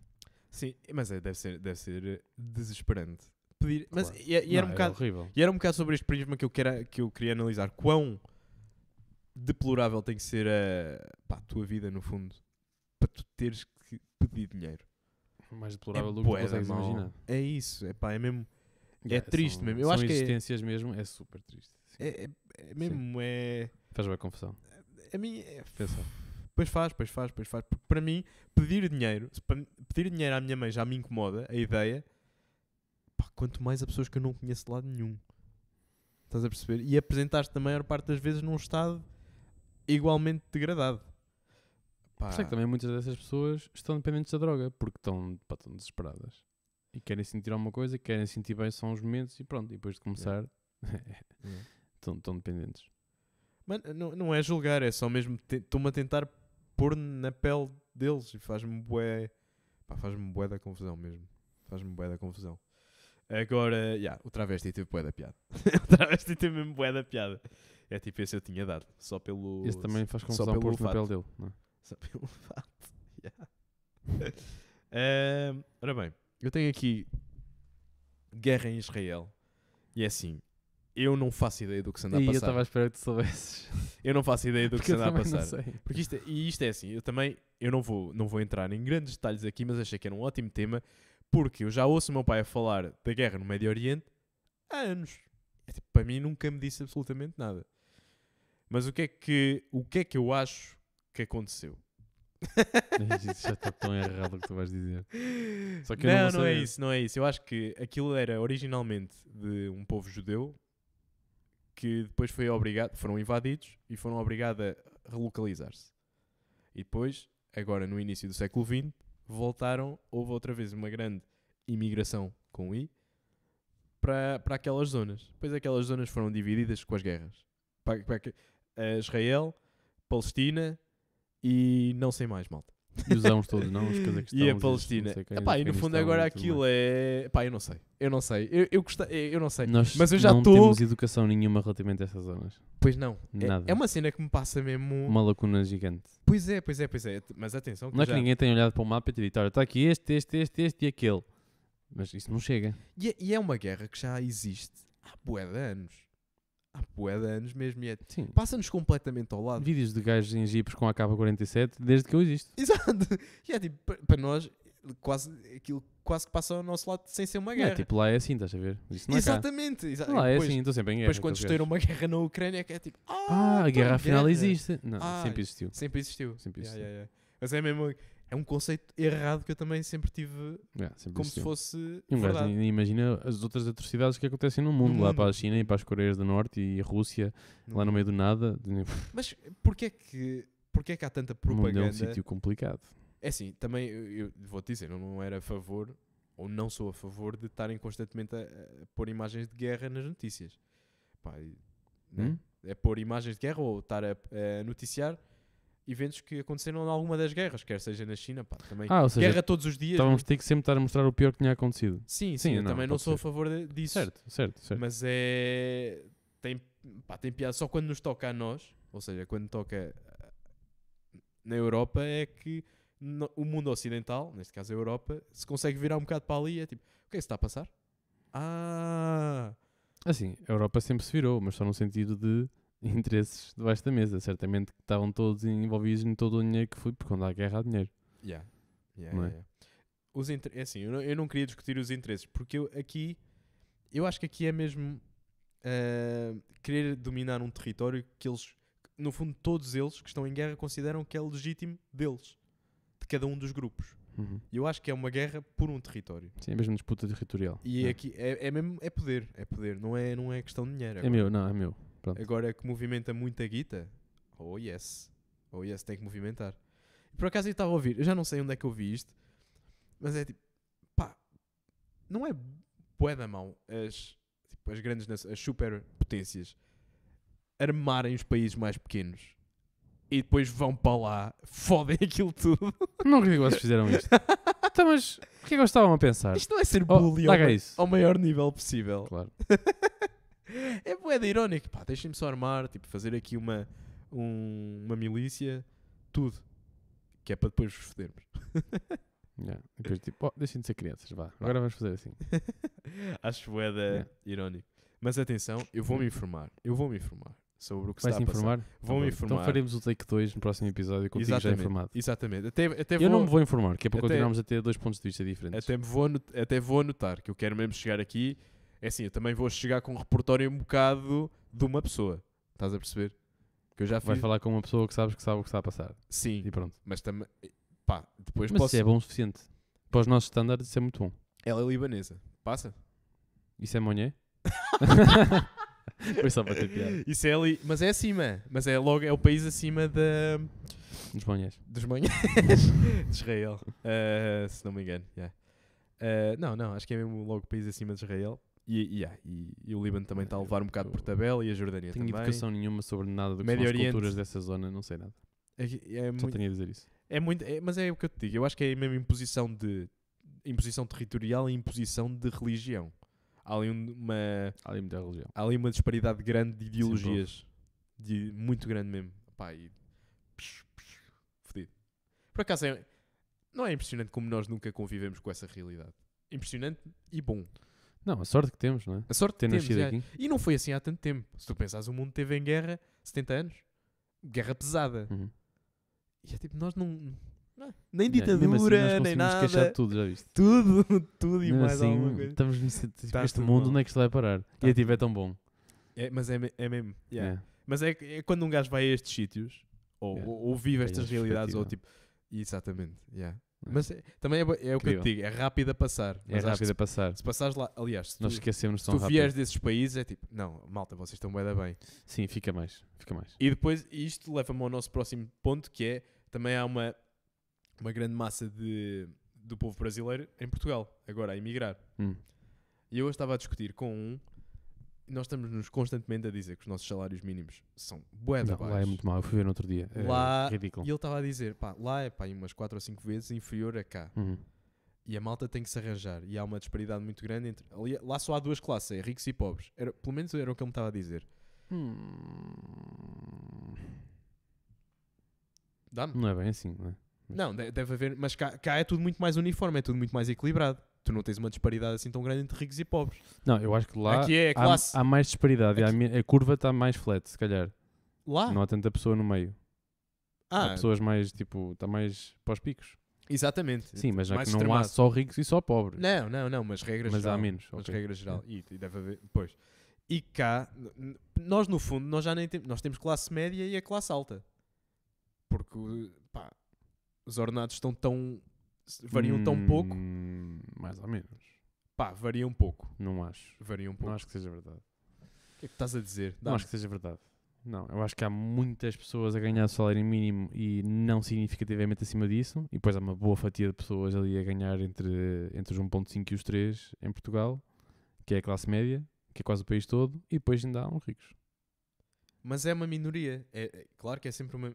Sim, mas é, deve, ser, deve ser desesperante. Pedir. Mas
Claro.
e, e era
Não, é
um bocado.
horrível.
E era um bocado sobre este prisma que eu, queira, que eu queria analisar. Quão deplorável tem que ser a, pá, a tua vida, no fundo, para tu teres que pedir dinheiro.
mais
É
deplorável do que tu
bué da
consegues
mau.
imaginar.
É isso, é pá, é mesmo.
Yeah,
triste
são-
mesmo. Eu
são
acho que é-
existências mesmo, é super triste.
É, é- é mesmo, é.
Faz bem confusão.
A mim. É,
Pensa.
pois faz, pois faz, pois faz. Porque para mim, pedir dinheiro, se pa- pedir dinheiro à minha mãe já me incomoda, a ideia. Pá, quanto mais a pessoas que eu não conheço de lado nenhum. Estás a perceber? E apresentaste te a maior parte das vezes num estado igualmente degradado. Pá,
Por isso é que também muitas dessas pessoas estão dependentes da droga, porque estão, pá, estão desesperadas. E querem sentir alguma coisa, querem sentir bem só uns momentos e pronto. E depois de começar,
Yeah.
estão, estão dependentes.
Mano, não, não é julgar, é só mesmo. te- Estou-me a tentar pôr na pele deles e faz-me bué. Pá, faz-me bué da confusão mesmo. Faz-me bué da confusão. Agora, já, o travesti teve bué da piada. o travesti teve mesmo bué da piada. É tipo, esse eu tinha dado. Só pelo.
Esse também faz
só
confusão
pelo
por na
fato.
pele dele. Não é?
Só pelo fato. Yeah. Ahm, ora bem, eu tenho aqui guerra em Israel. E é assim, eu não faço ideia do que se anda a
E eu
passar.
estava à espera que tu soubesses.
Eu não faço ideia do que
porque
se
eu
anda a
também não
passar.
sei.
Porque isto, é- e isto é assim, eu também eu não vou, não vou entrar em grandes detalhes aqui, mas achei que era um ótimo tema, porque eu já ouço o meu pai a falar da guerra no Médio Oriente há anos. É tipo, para mim nunca me disse absolutamente nada. Mas o que é que, o que, é que eu acho que aconteceu?
Isso já está tão errado o que tu vais dizer. Só que eu
não,
não vou
não é
saber.
isso, não é isso. Eu acho que aquilo era originalmente de um povo judeu que depois foi obrigado, foram invadidos e foram obrigados a relocalizar-se. E depois, agora no início do século XX, voltaram, houve outra vez uma grande imigração com I para, para aquelas zonas. Depois aquelas zonas foram divididas com as guerras. Para, para que- eh, Israel, Palestina e não sei mais, malta.
E os ãos todos, não? Os cazaquistãos.
E a
os
Palestina.
não sei quem, os
Epá, e no fundo
Afeganistão
agora
e tudo
aquilo
mais.
é. Pá, eu não sei. Eu não sei. Eu, eu, gosta- eh, eu- eu não sei.
Nós
Mas eu já
não
tô-
temos educação nenhuma relativamente a essas zonas.
Pois não. É-
Nada.
É, uma cena que me passa mesmo.
Uma lacuna gigante.
Pois é, pois é, pois é. Mas atenção, que
Não é
já-
que ninguém tenha olhado para o mapa e te dito, olha, está aqui este, este, este, este e aquele. Mas isso não chega.
E, é, e é uma guerra que já existe há bué de anos. Há bué de anos mesmo. E é...
Sim.
Passa-nos completamente ao lado.
Vídeos de gajos em jipes com a AK-47 desde que eu existo.
Exato. E é tipo, pa- para nós, quase, aquilo quase que passa ao nosso lado sem ser uma
Não,
guerra.
é tipo, lá é assim, estás a ver? Isso não é cá.
Exatamente. exa-
Lá é
depois,
assim, estou sempre em guerra.
depois quando
aqueles gajos.
estoura uma guerra na Ucrânia, que é tipo.
Ah, a
então
guerra afinal
guerra."
existe. Não,
Ah,
sempre existiu.
Sempre existiu.
Sempre
Yeah,
existiu.
yeah, yeah. Mas é mesmo. É um conceito errado que eu também sempre tive
Yeah, sempre
como se
existiu.
fosse.
E um gajo
verdade.
nem imagina as outras atrocidades que acontecem no mundo,
No
lá
mundo.
para a China e para as Coreias do Norte e a Rússia, lá no meio do nada.
Mas porquê é que, porquê que há tanta
O mundo é um
propaganda?
sítio complicado.
É assim, também eu, eu vou-te dizer, eu não era a favor, ou não sou a favor, de estarem constantemente a, a pôr imagens de guerra nas notícias. Pá, e- né?
Hum?
É pôr imagens de guerra ou estar a, a noticiar eventos que aconteceram em alguma das guerras, quer seja na China, pá, também.
Ah, ou seja,
É. guerra todos os dias.
estávamos a ter que sempre estar a mostrar o pior que tinha acontecido.
Sim, sim,
Sim,
eu
não,
também não
pode
sou a
ser.
favor de- disso.
Certo, certo, certo.
Mas é. Tem, pá, tem piada só quando nos toca a nós, ou seja, quando toca ah, na Europa, é que no- o mundo ocidental, neste caso a Europa, se consegue virar um bocado para ali e é tipo: o que é que se está a passar? Ah!
Assim, a Europa sempre se virou, mas só no sentido de interesses debaixo da mesa. Certamente que estavam todos envolvidos em todo o dinheiro que foi, porque quando há guerra há dinheiro.
Yeah. Yeah,
Não é?
yeah, yeah. Os inter- é assim, eu não, eu não queria discutir os interesses, porque eu aqui. Eu acho que aqui é mesmo. ah, querer dominar um território que eles. No fundo, todos eles que estão em guerra consideram que é legítimo deles. De cada um dos grupos.
Uhum.
E eu acho que é uma guerra por um território.
Sim, é mesmo disputa territorial.
E
é.
aqui é, é mesmo. É poder. É poder. Não é, não é questão de dinheiro.
É meu, não, é meu. Pronto.
Agora que movimenta muita guita, oh yes, oh yes, tem que movimentar. Por acaso eu estava a ouvir, eu já não sei onde é que eu vi isto, mas é tipo, pá, não é bué da mão as, tipo, as grandes nações, as superpotências armarem os países mais pequenos e depois vão para lá, fodem aquilo tudo.
Não acredito que vocês fizeram isto. então, mas o que é que eles estavam a pensar?
Isto não é ser
Oh,
bully ao,
larga
ma-
isso.
ao maior nível possível.
Claro.
É bué de irónico, pá, deixem-me só armar, tipo, fazer aqui uma, um- uma milícia, tudo. Que é para depois vos fodermos.
Yeah. E Depois, tipo, oh, deixem de ser crianças, vá. Agora vamos fazer assim.
Acho bué de
Yeah.
irónico. Mas atenção, eu vou-me informar, eu vou-me informar. sobre o que
Vais-te
se está a passar.
informar?
Vão me
Tá bom.
informar.
Então faremos o take 2 no próximo episódio contigo
Exatamente.
já informado.
Exatamente. Até, até
Eu
vou,
não me vou informar, que é para
Até-
continuarmos a ter dois pontos de vista diferentes.
Até, me vou anot- até vou anotar que eu quero mesmo chegar aqui. É assim, eu também vou chegar com um repertório um bocado de uma pessoa. Estás a perceber? Que eu já
Vai
fiz.
falar com uma pessoa que sabes que sabe o que está a passar.
Sim,
E pronto.
mas também. Pá, depois
Mas
posso.
isso é bom o suficiente. Para os nossos estándares, isso é muito bom.
Ela é libanesa. Passa.
Isso é monhé? Foi só para ter piada.
Isso é ali. Mas é acima. Mas é logo. É o país acima da.
Nos monhés.
dos manhãs de Israel, eh, se não me engano. yeah. Eh, não, não, acho que é mesmo logo o país acima de Israel. E, e, yeah, e- e o Líbano também está a levar um bocado por tabela e a Jordânia
Tenho
também.
educação nenhuma sobre nada do que
Médio
são as
Oriente.
culturas dessa zona, não sei nada.
É, é
Só
muito,
tenho a dizer isso.
é muito- é- mas é o que eu te digo, eu acho que é mesmo imposição de imposição territorial e imposição de religião. Há ali um- uma,
Há ali muita religião.
há ali uma disparidade grande de ideologias. De, muito grande mesmo. Pá, e... psh, psh, Fodido. Por acaso, é- não é impressionante como nós nunca convivemos com essa realidade. Impressionante e bom.
Não, a sorte que temos, não é?
A sorte
Ter
temos,
nascido
já.
aqui.
E não foi assim há tanto tempo. Se tu pensares, o mundo teve em guerra 70 anos. Guerra pesada.
Uhum.
E é tipo, nós não... não, Nem
Yeah, mesmo
ditadura,
assim, nós
nem
conseguimos
nada.
queixar de tudo, já viste?
Tudo, tudo e
Mesmo
mais
assim,
alguma coisa.
estamos nesse, tipo,
Tá
este
tudo
mundo,
mal.
onde é que isto vai parar?
Tá
e a tipo, é tão bom.
É, mas é, me- é mesmo. yeah.
É.
Mas é, que- é quando um gajo vai a estes sítios ou,
Yeah.
ou, ou vive
Tem
estas
essa
realidades ou tipo. Exatamente. yeah.
É.
Mas é- também é, bo- é o que eu
Incrível.
te digo, é rápido a passar.
É
Mas acho
rápido
que
a passar.
se, se passares lá, aliás, se tu,
Nós esquecemos
se
tão
tu
rápido.
vieres desses países, é tipo, não, malta, vocês estão bué da bem.
Sim, fica mais. Fica mais.
E depois isto leva-me ao nosso próximo ponto que é também há uma, uma grande massa de, do povo brasileiro em Portugal, agora a emigrar.
Hum.
E eu hoje estava a discutir com um. Nós estamos-nos constantemente a dizer que os nossos salários mínimos são bué da
Não, lá é
baixos.
muito mau. Eu fui ver no outro dia. É
Lá-
ridículo.
E ele estava a dizer, pá, lá é pá, aí umas 4 ou 5 vezes inferior a cá.
Uhum.
E a malta tem que se arranjar. E há uma disparidade muito grande entre. ali- lá só há duas classes, é ricos e pobres. Era, pelo menos era o que ele me estava a dizer. Hum. Dá-me.
Não é bem assim, não é?
Não, de- deve haver. Mas cá, cá é tudo muito mais uniforme, é tudo muito mais equilibrado. Tu não tens uma disparidade assim tão grande entre ricos e pobres.
Não, eu acho que lá
Aqui é a
há-
classe.
Há, mais disparidade. há
Aqui-
me- a curva está mais flat, se calhar.
Lá?
Não há tanta pessoa no meio.
ah,
Há pessoas mais, tipo, está mais para os picos.
exatamente.
Sim, mas já
Tipo, mais
que não há
extremado.
só ricos e só pobres.
Não, não, não, mas regras
mas há
geral.
menos.
Mas
ok. É.
regra geral. E, e deve haver. Pois. E cá, n- n- nós no fundo, nós já nem temos. Nós temos classe média e a classe alta. Porque, pá, os ordenados estão tão. se- variam tão pouco.
Hum, Mais ou menos.
Pá, variam pouco.
Não acho.
Variam pouco.
Não acho que seja verdade.
O que é que estás a dizer?
Não
Dá-me.
acho que seja verdade. Não, eu acho que há muitas pessoas a ganhar salário mínimo e não significativamente acima disso. E depois há uma boa fatia de pessoas ali a ganhar entre, entre os 1.5 e os 3 em Portugal, que é a classe média, que é quase o país todo, e depois ainda há uns ricos.
Mas é uma minoria. É, é- claro que é sempre uma.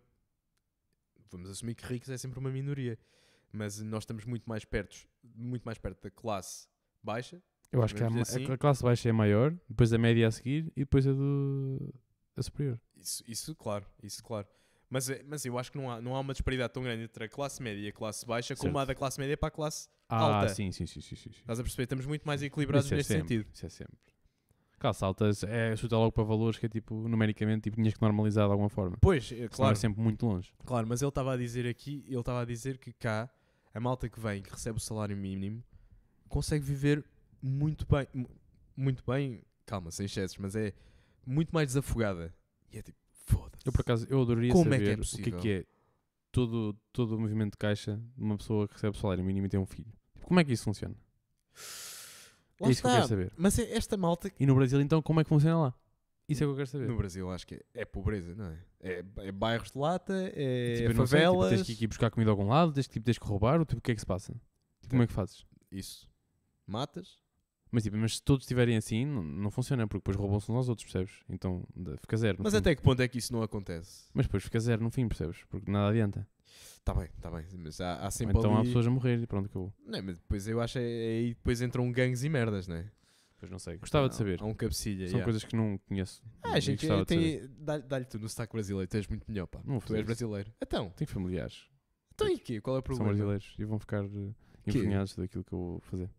Vamos assumir que ricos é sempre uma minoria. Mas nós estamos muito mais perto, muito mais perto da classe baixa.
Eu acho que há
Vamos
ma-
dizer assim.
a classe baixa é maior, depois a média a seguir e depois a do a superior.
Isso, isso claro, isso claro. Mas, é- mas eu acho que não há, não há uma disparidade tão grande entre a classe média e a classe baixa como
Certo.
há da classe média para a classe.
Ah,
Alta.
sim, sim, sim, sim, sim. sim.
Estás a perceber? Estamos muito mais equilibrados
Isso é
nesse
sempre,
sentido.
Isso é sempre. Classe alta é chuta logo para valores que é tipo, numericamente, tipo, tinhas que normalizar de alguma forma.
Pois, é,
Claro.
claro,
É sempre muito longe.
claro, mas ele estava a dizer aqui, ele estava a dizer que cá a malta que vem, que recebe o salário mínimo, consegue viver muito bem, mu- muito bem, calma, sem excessos, mas é muito mais desafogada. E é tipo, foda-se.
Eu, por acaso, eu adoraria
Como é que é
saber o que é
possível?
que é todo, todo o movimento de caixa de uma pessoa que recebe salário mínimo e tem um filho. Tipo, Como é que isso funciona?
Lá
é isso que
está.
eu quero saber.
Mas é esta malta
E no Brasil, então, como é que funciona lá? Isso é que eu quero saber.
No Brasil acho que é, é pobreza, não é? É, é bairros de lata, é
Tipo, eu não sei, tipo,
favelas.
tens que ir buscar comida a algum lado, tens que, tipo, tens que roubar, ou tipo, o que é que se passa? Tipo, como é que fazes?
Isso. Matas?
Mas, tipo, mas se todos estiverem assim, não, não funciona, porque depois roubam-se uns aos outros, percebes? Então da- fica zero. no
Mas
fim.
até que ponto é que isso não acontece?
Mas depois fica zero no fim, percebes? Porque nada adianta.
Está bem, está bem. Mas há, há
Ou
sempre
então há
ali...
pessoas a morrer e pronto, acabou.
Não, é, mas depois eu acho é, é aí depois entram gangues e merdas, não é?
Pois não sei. Gostava de
Há-
saber.
Há um cabecilha,
São
yeah.
coisas que não conheço.
Ah,
E
gente,
gostava de saber.
tem... dá- dá-lhe tu no sotaque brasileiro, tu és muito melhor, pá.
Não vou
tu
fazer
és
isso.
brasileiro. Então,
Tenho familiares.
então e quê? Qual é o
São
problema?
brasileiros e vão ficar eh, envergonhados daquilo que eu vou fazer.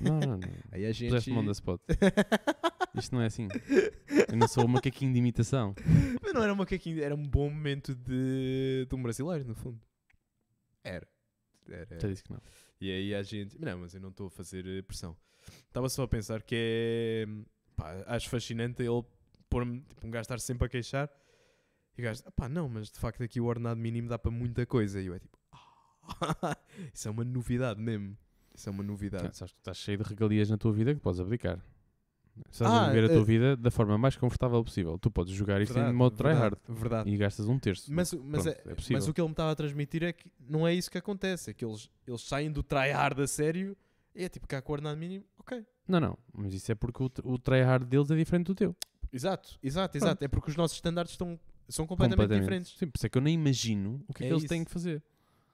Não, não, não.
Aí a gente.
Puseste-me on the spot. Isto não é assim. Eu não sou um macaquinho de imitação.
Mas não era um macaquinho, era um bom momento de, de um brasileiro, no fundo. Era. Era.
Já disse que não.
E aí a gente. Não, mas eu não estou a fazer eh, pressão. Estava só a pensar que é. Pá, acho fascinante ele pôr-me. Tipo, um gajo estar sempre a queixar. E o gajo, "Ah, pá, não, mas de facto aqui o ordenado mínimo dá para muita coisa. E eu é tipo. "Ah." Isso é uma novidade mesmo. Isso é uma
Tá,
novidade.
sabes que tu estás cheio de regalias na tua vida que podes abdicar. Estás
Ah,
a viver a
eh,
tua vida da forma mais confortável possível. Tu podes jogar isto em modo tryhard
verdade, verdade.
e gastas um terço.
Mas, o- mas,
Pronto,
é-
é possível.
mas o que ele me estava a transmitir é que não é isso que acontece. É que eles, eles saem do tryhard a sério e é tipo cá com o ordenado mínimo, ok.
Não, não. Mas isso é porque o, tr- o tryhard deles é diferente do teu.
Exato, exato, exato. É porque os nossos standards estão, são completamente, diferentes.
Sim, por isso é que eu nem imagino o que é,
É
que eles
isso.
têm que fazer.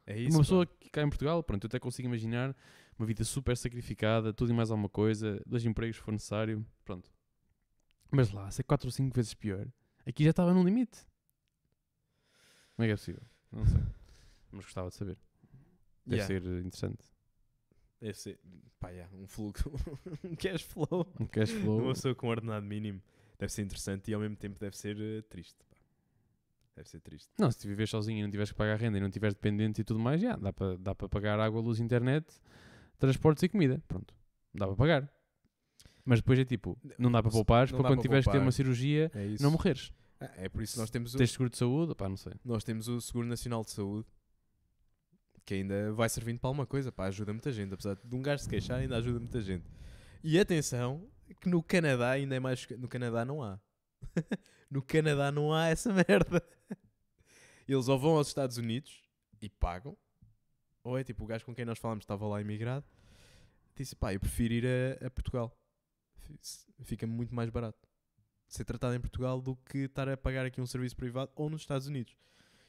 É isso.
uma pessoa
pá.
que cá em Portugal, pronto, eu até consigo imaginar uma vida super sacrificada, tudo e mais alguma coisa, dois empregos se for necessário, pronto. Mas lá, se é 4 ou 5 vezes pior, aqui já estava num limite. Como é que é possível? Não sei. Mas gostava de saber. Deve
Yeah.
ser interessante.
Deve ser. Pá, yeah, um fluxo. um cash flow.
Um cash
Uma
flow.
pessoa com ordenado mínimo deve ser interessante e ao mesmo tempo deve ser eh, triste. pá. Deve ser triste.
Não, se tu viveres sozinho e não tiveres que pagar renda e não tiveres dependente e tudo mais, já, dá para dá para pagar água, luz, internet, transportes e comida. Pronto. Dá para pagar. Mas depois é tipo, não dá para poupares
Não dá
para quando
para
tiveres que ter
poupar.
uma cirurgia
É isso.
não morreres.
Ah, é por isso que nós temos o,
Tens seguro de saúde? Pá, não sei.
nós temos o Seguro Nacional de Saúde que ainda vai servindo para alguma coisa. Pá, ajuda muita gente. Apesar de um gajo se queixar, ainda ajuda muita gente. E atenção, que no Canadá ainda é mais. No Canadá não há. no Canadá não há essa merda. Eles ou vão aos Estados Unidos e pagam, ou é tipo o gajo com quem nós falamos estava lá imigrado, disse pá, eu prefiro ir a, a Portugal. Fi- se- Fica-me muito mais barato ser tratado em Portugal do que estar a pagar aqui um serviço privado ou nos Estados Unidos.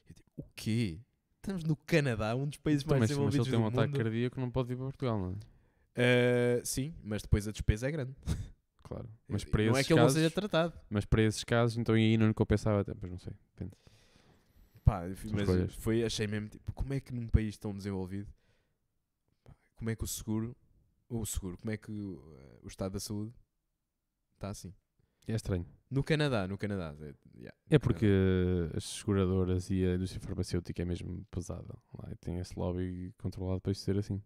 Eu tipo, o quê? Estamos no Canadá, um dos países mais
Mas, mas ele
desenvolvidos
tem
do
um ataque
mundo.
cardíaco, não pode vir para Portugal, não é?
Ah, sim, mas depois a despesa é grande.
Claro. Mas para,
não é
esses
que ele não
casos,
seja tratado.
mas para esses casos, então aí não lhe compensava até. Pois não sei. Depende.
Pá, enfim,
São
mas
escolhas.
foi, achei mesmo, tipo, como é que num país tão desenvolvido, pá, como é que o seguro, o seguro, como é que o, eh, o estado da saúde está assim?
É estranho.
No Canadá, no Canadá. É, yeah,
É
no
porque
Canadá.
as seguradoras e a indústria farmacêutica é mesmo pesada. Lá e tem esse lobby controlado para isso ser assim.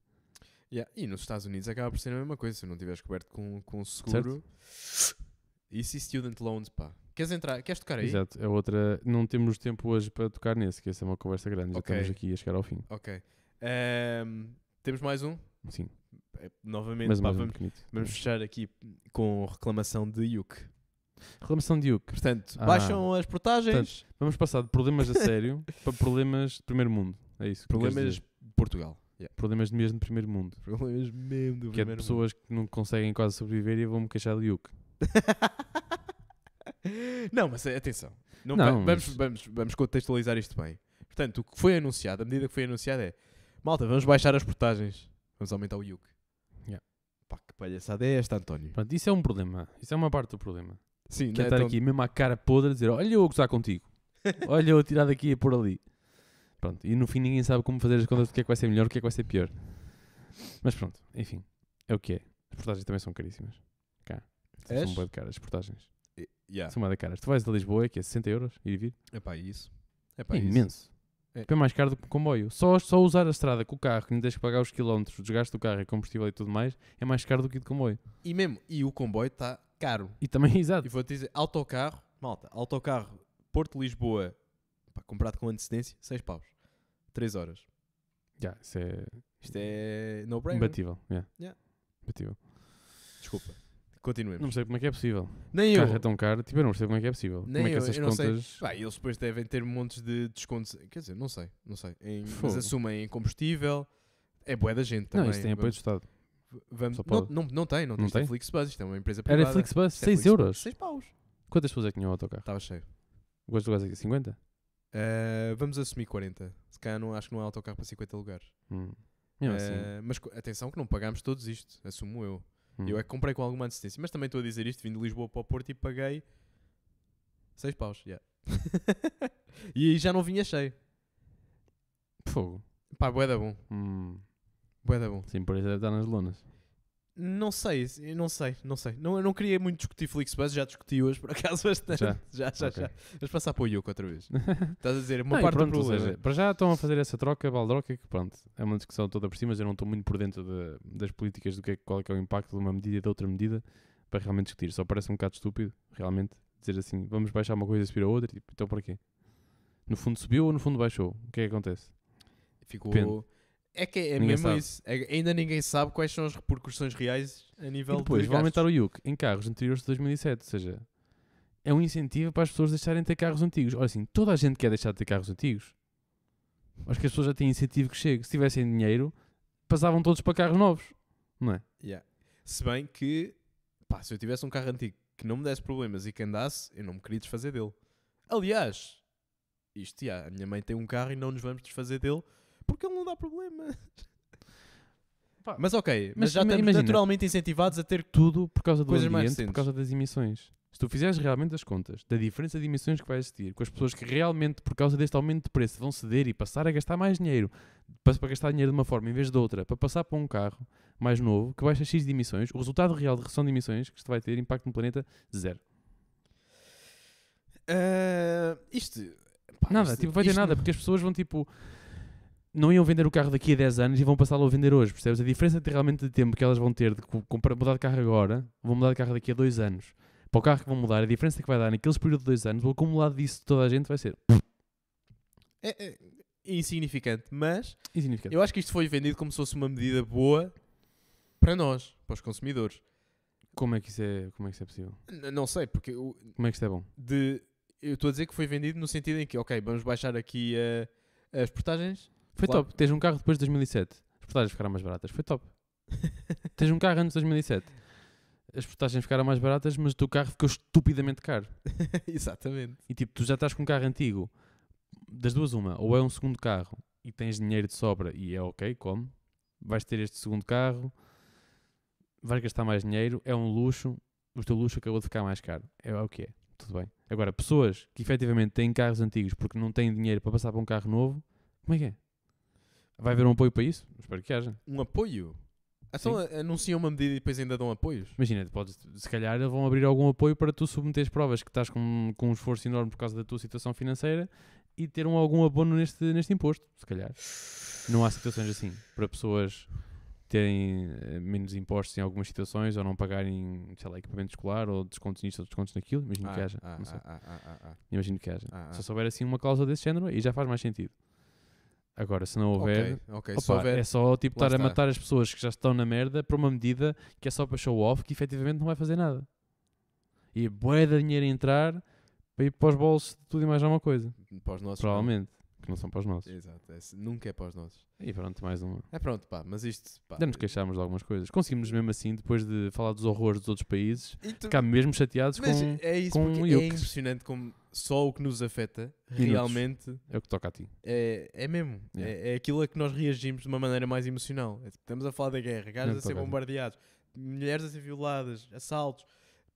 Yeah, E nos Estados Unidos acaba por ser a mesma coisa, se não tiveres coberto com, com seguro. Isso e student loans, pá. Queres entrar? Queres tocar aí?
Exato. É outra. Não temos tempo hoje para tocar nesse, que essa é uma conversa grande. Já
Ok.
estamos aqui a chegar ao fim.
Ok. Ahm, temos mais um?
Sim.
Eh, Novamente,
Mas
pá,
mais um
vamos,
pequenito.
vamos fechar aqui com reclamação de Yuk.
Reclamação de Duke.
Portanto,
Ah.
baixam as portagens.
Vamos passar de problemas a sério para problemas de primeiro mundo. É isso. que eu quero
Problemas
dizer.
de Portugal.
Problemas mesmo de primeiro mundo.
Problemas mesmo do
Que é de
primeiro
pessoas que não conseguem quase sobreviver e vão-me queixar do Yuke.
mundo. não, mas eh, atenção. Não,
Não,
va- vamos,
mas-
vamos, vamos contextualizar isto bem. Portanto, o que foi anunciado, a medida que foi anunciada é malta, vamos baixar as portagens. Vamos aumentar o IUC.
Yeah.
Pá, que palhaçada é esta, António?
Pronto, isso é um problema. Isso é uma parte do problema.
Sim,
Que é
né,
estar
então-
aqui mesmo à cara podre a dizer olha eu a gozar contigo. Olha eu a tirar daqui e a pôr ali. Pronto, e no fim ninguém sabe como fazer as contas do que é que vai ser melhor, o que é que vai ser pior. Mas pronto, enfim, é o que é. As portagens também são caríssimas. Cá.
És?
São bem de caras, as portagens.
Eh, yeah.
São bem de caras. Tu vais a Lisboa, que é 60 euros, ir e vir.
Epá, e isso.
É
Epá, e isso.
imenso.
É.
É. mais caro do que o comboio. Só, só usar a estrada com o carro, que não tens que pagar os quilómetros, o desgaste do carro, e combustível e tudo mais, é mais caro do que o de comboio.
E mesmo, e o comboio está caro.
E também,
E
exato.
vou-te dizer, autocarro, malta, autocarro Porto-Lisboa, pá, comprado com antecedência, 6 paus. 3 horas.
Já, isso é
Isto é no-brainer.
imbatível. Yeah.
Yeah.
Imbatível.
Desculpa. Continuemos.
Não percebo como é que é possível.
Nem
O
eu.
carro é tão caro, tipo, eu não percebo como é que é possível.
Nem
como é que
eu,
essas
eu não sei.
contas.
Pá, eles depois devem ter montes de descontos. Quer dizer, não sei, não sei. Em, mas
Fogo.
assumem em combustível. É boa da gente também.
Não, isso tem apoio do
vamos,
Estado.
vamos-
só
não,
pode.
não, não tem, não, tem.
Não
Isto é
tem?
Flixbus, isto é uma empresa privada.
Era Flixbus,
Isto é
6
Flixbus,
euros.
6 paus.
Quantas pessoas é que tinham o autocarro?
Estava cheio.
Gosto de lugares aqui, 50?
Eh, vamos assumir 40. Se calhar não, acho que não há autocarro para 50 lugares.
Hum. Mesmo assim.
Eh, mas co- atenção que não pagámos todos isto, assumo eu.
hum.
Eu é que comprei com alguma antecedência. Mas também estou a dizer isto, vim de Lisboa para o Porto e paguei 6 paus. yeah. e aí já não vinha cheio.
Fogo.
Pá, bué da bom.
Hum.
Bué da bom.
Sim, por isso deve estar nas lonas.
Não sei, eu não sei, não sei. Não, eu não queria muito discutir Flixbus, já discuti hoje por acaso bastante.
Já?
Já, já, já.
Ok.
Vamos passar para o Yoko outra vez. Estás a dizer, uma
Não, e
parte
pronto,
do
ou
problema.
seja, para já estão a fazer essa troca baldoca que pronto, é uma discussão toda por cima, mas eu não estou muito por dentro da- das políticas do que é, qual é que é o impacto de uma medida e da outra medida para realmente discutir. Só parece um bocado estúpido, realmente, dizer assim, vamos baixar uma coisa e subir a outra, tipo, então para quê? No fundo subiu ou no fundo baixou? O que é que acontece?
Ficou.
Depende.
É que é
Ninguém
mesmo
sabe.
isso. É- ainda ninguém sabe quais são as repercussões reais a nível
E depois
de
vão aumentar
gastos.
o IUC em carros anteriores de 2007, ou seja, é um incentivo para as pessoas deixarem de ter carros antigos. Olha assim, toda a gente quer deixar de ter carros antigos. Acho que as pessoas já têm incentivo que chegue. Se tivessem dinheiro, passavam todos para carros novos, não é?
Yeah. Se bem que, pá, se eu tivesse um carro antigo que não me desse problemas e que andasse, eu não me queria desfazer dele. Aliás, isto, yeah, a minha mãe tem um carro e não nos vamos desfazer dele porque ele não dá problema.
Pá,
mas ok, mas,
mas
já
ima-
estamos
imagina.
naturalmente incentivados a ter.
Tudo por causa do
Coisas mais
ambiente, por
recentes.
causa das emissões. Se tu fizeres realmente as contas da diferença de emissões que vai existir, com as pessoas que realmente, por causa deste aumento de preço, vão ceder e passar a gastar mais dinheiro, pa- para gastar dinheiro de uma forma em vez de outra, para passar para um carro mais novo, que baixa X de emissões, o resultado real de redução de emissões que isto vai ter impacto no planeta, zero.
Ah, isto. pá,
Nada,
isto-
tipo, vai ter
isto
nada, porque as pessoas vão tipo. Não iam vender o carro daqui a 10 anos e vão passá-lo a vender hoje, percebes? A diferença de, realmente de tempo que elas vão ter de co- comprar, mudar de carro agora, vão mudar de carro daqui a 2 anos. Para o carro que vão mudar, a diferença que vai dar naqueles período de 2 anos, o acumulado disso de toda a gente vai ser
É, é insignificante, mas
insignificante.
eu acho que isto foi vendido como se fosse uma medida boa para nós, para os consumidores.
Como, é que isso é, como é que isso é possível?
N- não sei, porque o-
Como é que isto é bom?
de, eu estou a dizer que foi vendido no sentido em que, ok, vamos baixar aqui eh, as portagens.
Foi
Claro.
top. Tens um carro depois de 2007, as portagens ficaram mais baratas. Foi top. Tens um carro antes de 2007, as portagens ficaram mais baratas, mas o teu carro ficou estupidamente caro.
Exatamente.
E tipo, tu já estás com um carro antigo, das duas uma, ou é um segundo carro e tens dinheiro de sobra e é ok, como? Vais ter este segundo carro, vais gastar mais dinheiro, é um luxo, o teu luxo acabou de ficar mais caro. É o que é, tudo bem. Agora, pessoas que efetivamente têm carros antigos porque não têm dinheiro para passar para um carro novo, como é que é? Vai haver um apoio para isso? Espero que haja.
Um apoio. Então a- anunciam uma medida e depois ainda dão apoios.
Imagina, podes, se calhar vão abrir algum apoio para tu submeteres provas que estás com, com um esforço enorme por causa da tua situação financeira e ter um, algum abono neste, neste imposto, se calhar. Não há situações assim, para pessoas terem eh, menos impostos em algumas situações ou não pagarem, sei lá, equipamento escolar ou descontos nisto ou descontos naquilo, imagino que haja. não sei.
ah, ah, ah, ah,
Imagino que haja.
ah, ah.
Se eu souber assim uma causa desse género, aí já faz mais sentido. Agora, se não houver,
Ok, ok,
Opa,
se houver-
é só tipo
lá
estar a
está.
matar as pessoas que já estão na merda para uma medida que é só para show off que efetivamente não vai fazer nada. E é bué de dinheiro a entrar para ir para os bolsos de tudo e mais alguma coisa.
para os nossos. não.
é Provavelmente. Que não são para os nossos.
Exato, esse nunca é para os nossos.
E pronto, mais um. uma.
É pronto, pá, mas isto. Pá,
Já nos queixámos de algumas coisas. Conseguimos mesmo assim, depois de falar dos horrores dos outros países,
E tu-
ficar mesmo chateados
Mas
com...
é isso,
com
porque é
yokes.
impressionante como só o que nos afeta
Minutos.
realmente
É o que toca a ti.
é, é mesmo. É, é aquilo a que nós reagimos de uma maneira mais emocional. É, tipo, Estamos a falar da guerra, gajos
Não tá
a ser
toca a ti.
bombardeados, mulheres a ser violadas, assaltos,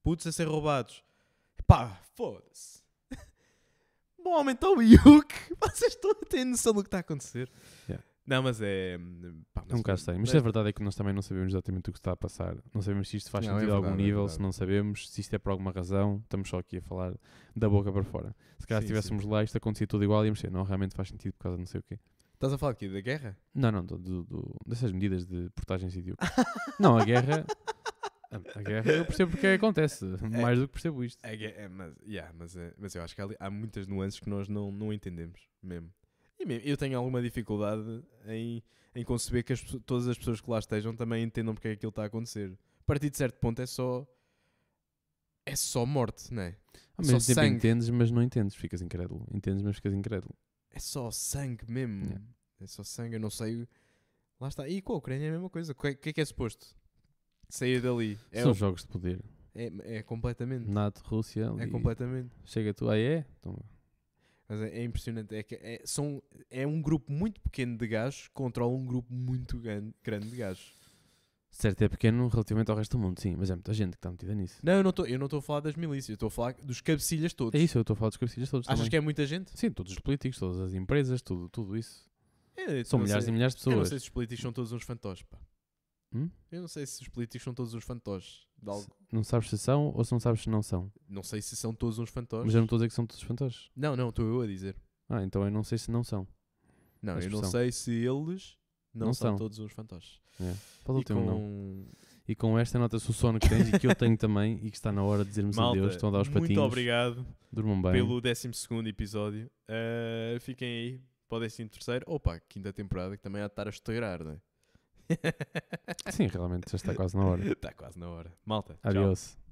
putos a ser roubados. Pá, foda-se. Bom, aumentou o IUC. Vocês estão a ter noção do que está a acontecer.
Yeah.
Não, mas é. Pá,
É um bocado estranho. Mas a verdade é que nós também não sabemos exatamente o que está a passar. Não sabemos se isto faz
Não, é
sentido a algum
verdade, é
nível, se
verdade.
não sabemos, se isto é por alguma razão. Estamos só aqui a falar da boca para fora. Se calhar se
Sim,
estivéssemos lá, isto acontecia tudo igual e íamos dizer, não, realmente faz sentido por causa de não sei o quê.
Estás a falar aqui da guerra?
Não, não, do, do- do- dessas medidas de portagem sítio. não, a guerra. A, a guerra eu percebo porque é que acontece. Mais do que percebo isto.
É, que- é, mas, yeah, mas, é- mas eu acho que há, ali- há muitas nuances que nós não, não entendemos mesmo. E mesmo, eu tenho alguma dificuldade em, em conceber que as pesso- todas as pessoas que lá estejam também entendam porque é que aquilo está a acontecer. A partir de certo ponto é só. É só morte, não é?
Ao
Só
mesmo tempo
sangue.
entendes, mas não entendes. Ficas incrédulo. Entendes, mas ficas incrédulo.
É só sangue mesmo.
Yeah.
É só sangue, eu não sei. o- Lá está. E com a Ucrânia é a mesma coisa. O que, é- que é que é suposto? Sair dali. É,
São
o-
jogos de poder.
é, é completamente.
NATO, Rússia.
É
ali.
completamente.
Chega tu, aí é? Então,
Mas é, é impressionante. É, que é, são, é um grupo muito pequeno de gajos que controla um grupo muito grande, grande de gajos.
Certo, é pequeno relativamente ao resto do mundo, sim, mas é muita gente que está metida nisso.
Não, eu não estou- eu não estou a falar das milícias, eu estou a falar dos cabecilhas todos.
É isso, eu estou a falar dos cabecilhas todos
Achas
também.
que é muita gente?
Sim, todos os políticos, todas as empresas, tudo, tudo isso.
É,
São
não
milhares
sei.
e milhares de
Eu não
pessoas.
sei se os políticos são todos uns fantoches, pá.
Hum?
Eu não sei se os políticos são todos uns fantoches de algo.
Não sabes se são ou se não sabes se não são.
Não sei se são todos uns fantoches.
Mas eu não estou a dizer que são todos fantoches.
Não, não, estou eu a dizer.
Ah, então eu não sei se não são.
Não,
A
eu não
expressão.
sei se eles não,
Não
são,
são.
todos uns fantoches.
Pode
E
ter um não.
com-
E com esta nota-se o sono que tens e que eu tenho também e que está na hora de dizermos
Malta,
adeus. Estão a dar os patinhos.
muito obrigado
Durmam bem.
pelo 12 episódio. Uh, fiquem aí para o 13. Opa, quinta temporada que também há de estar a estourar, não é?
Sim, realmente já está quase na hora.
Está quase Tá na hora. Malta, tchau.
Adeus.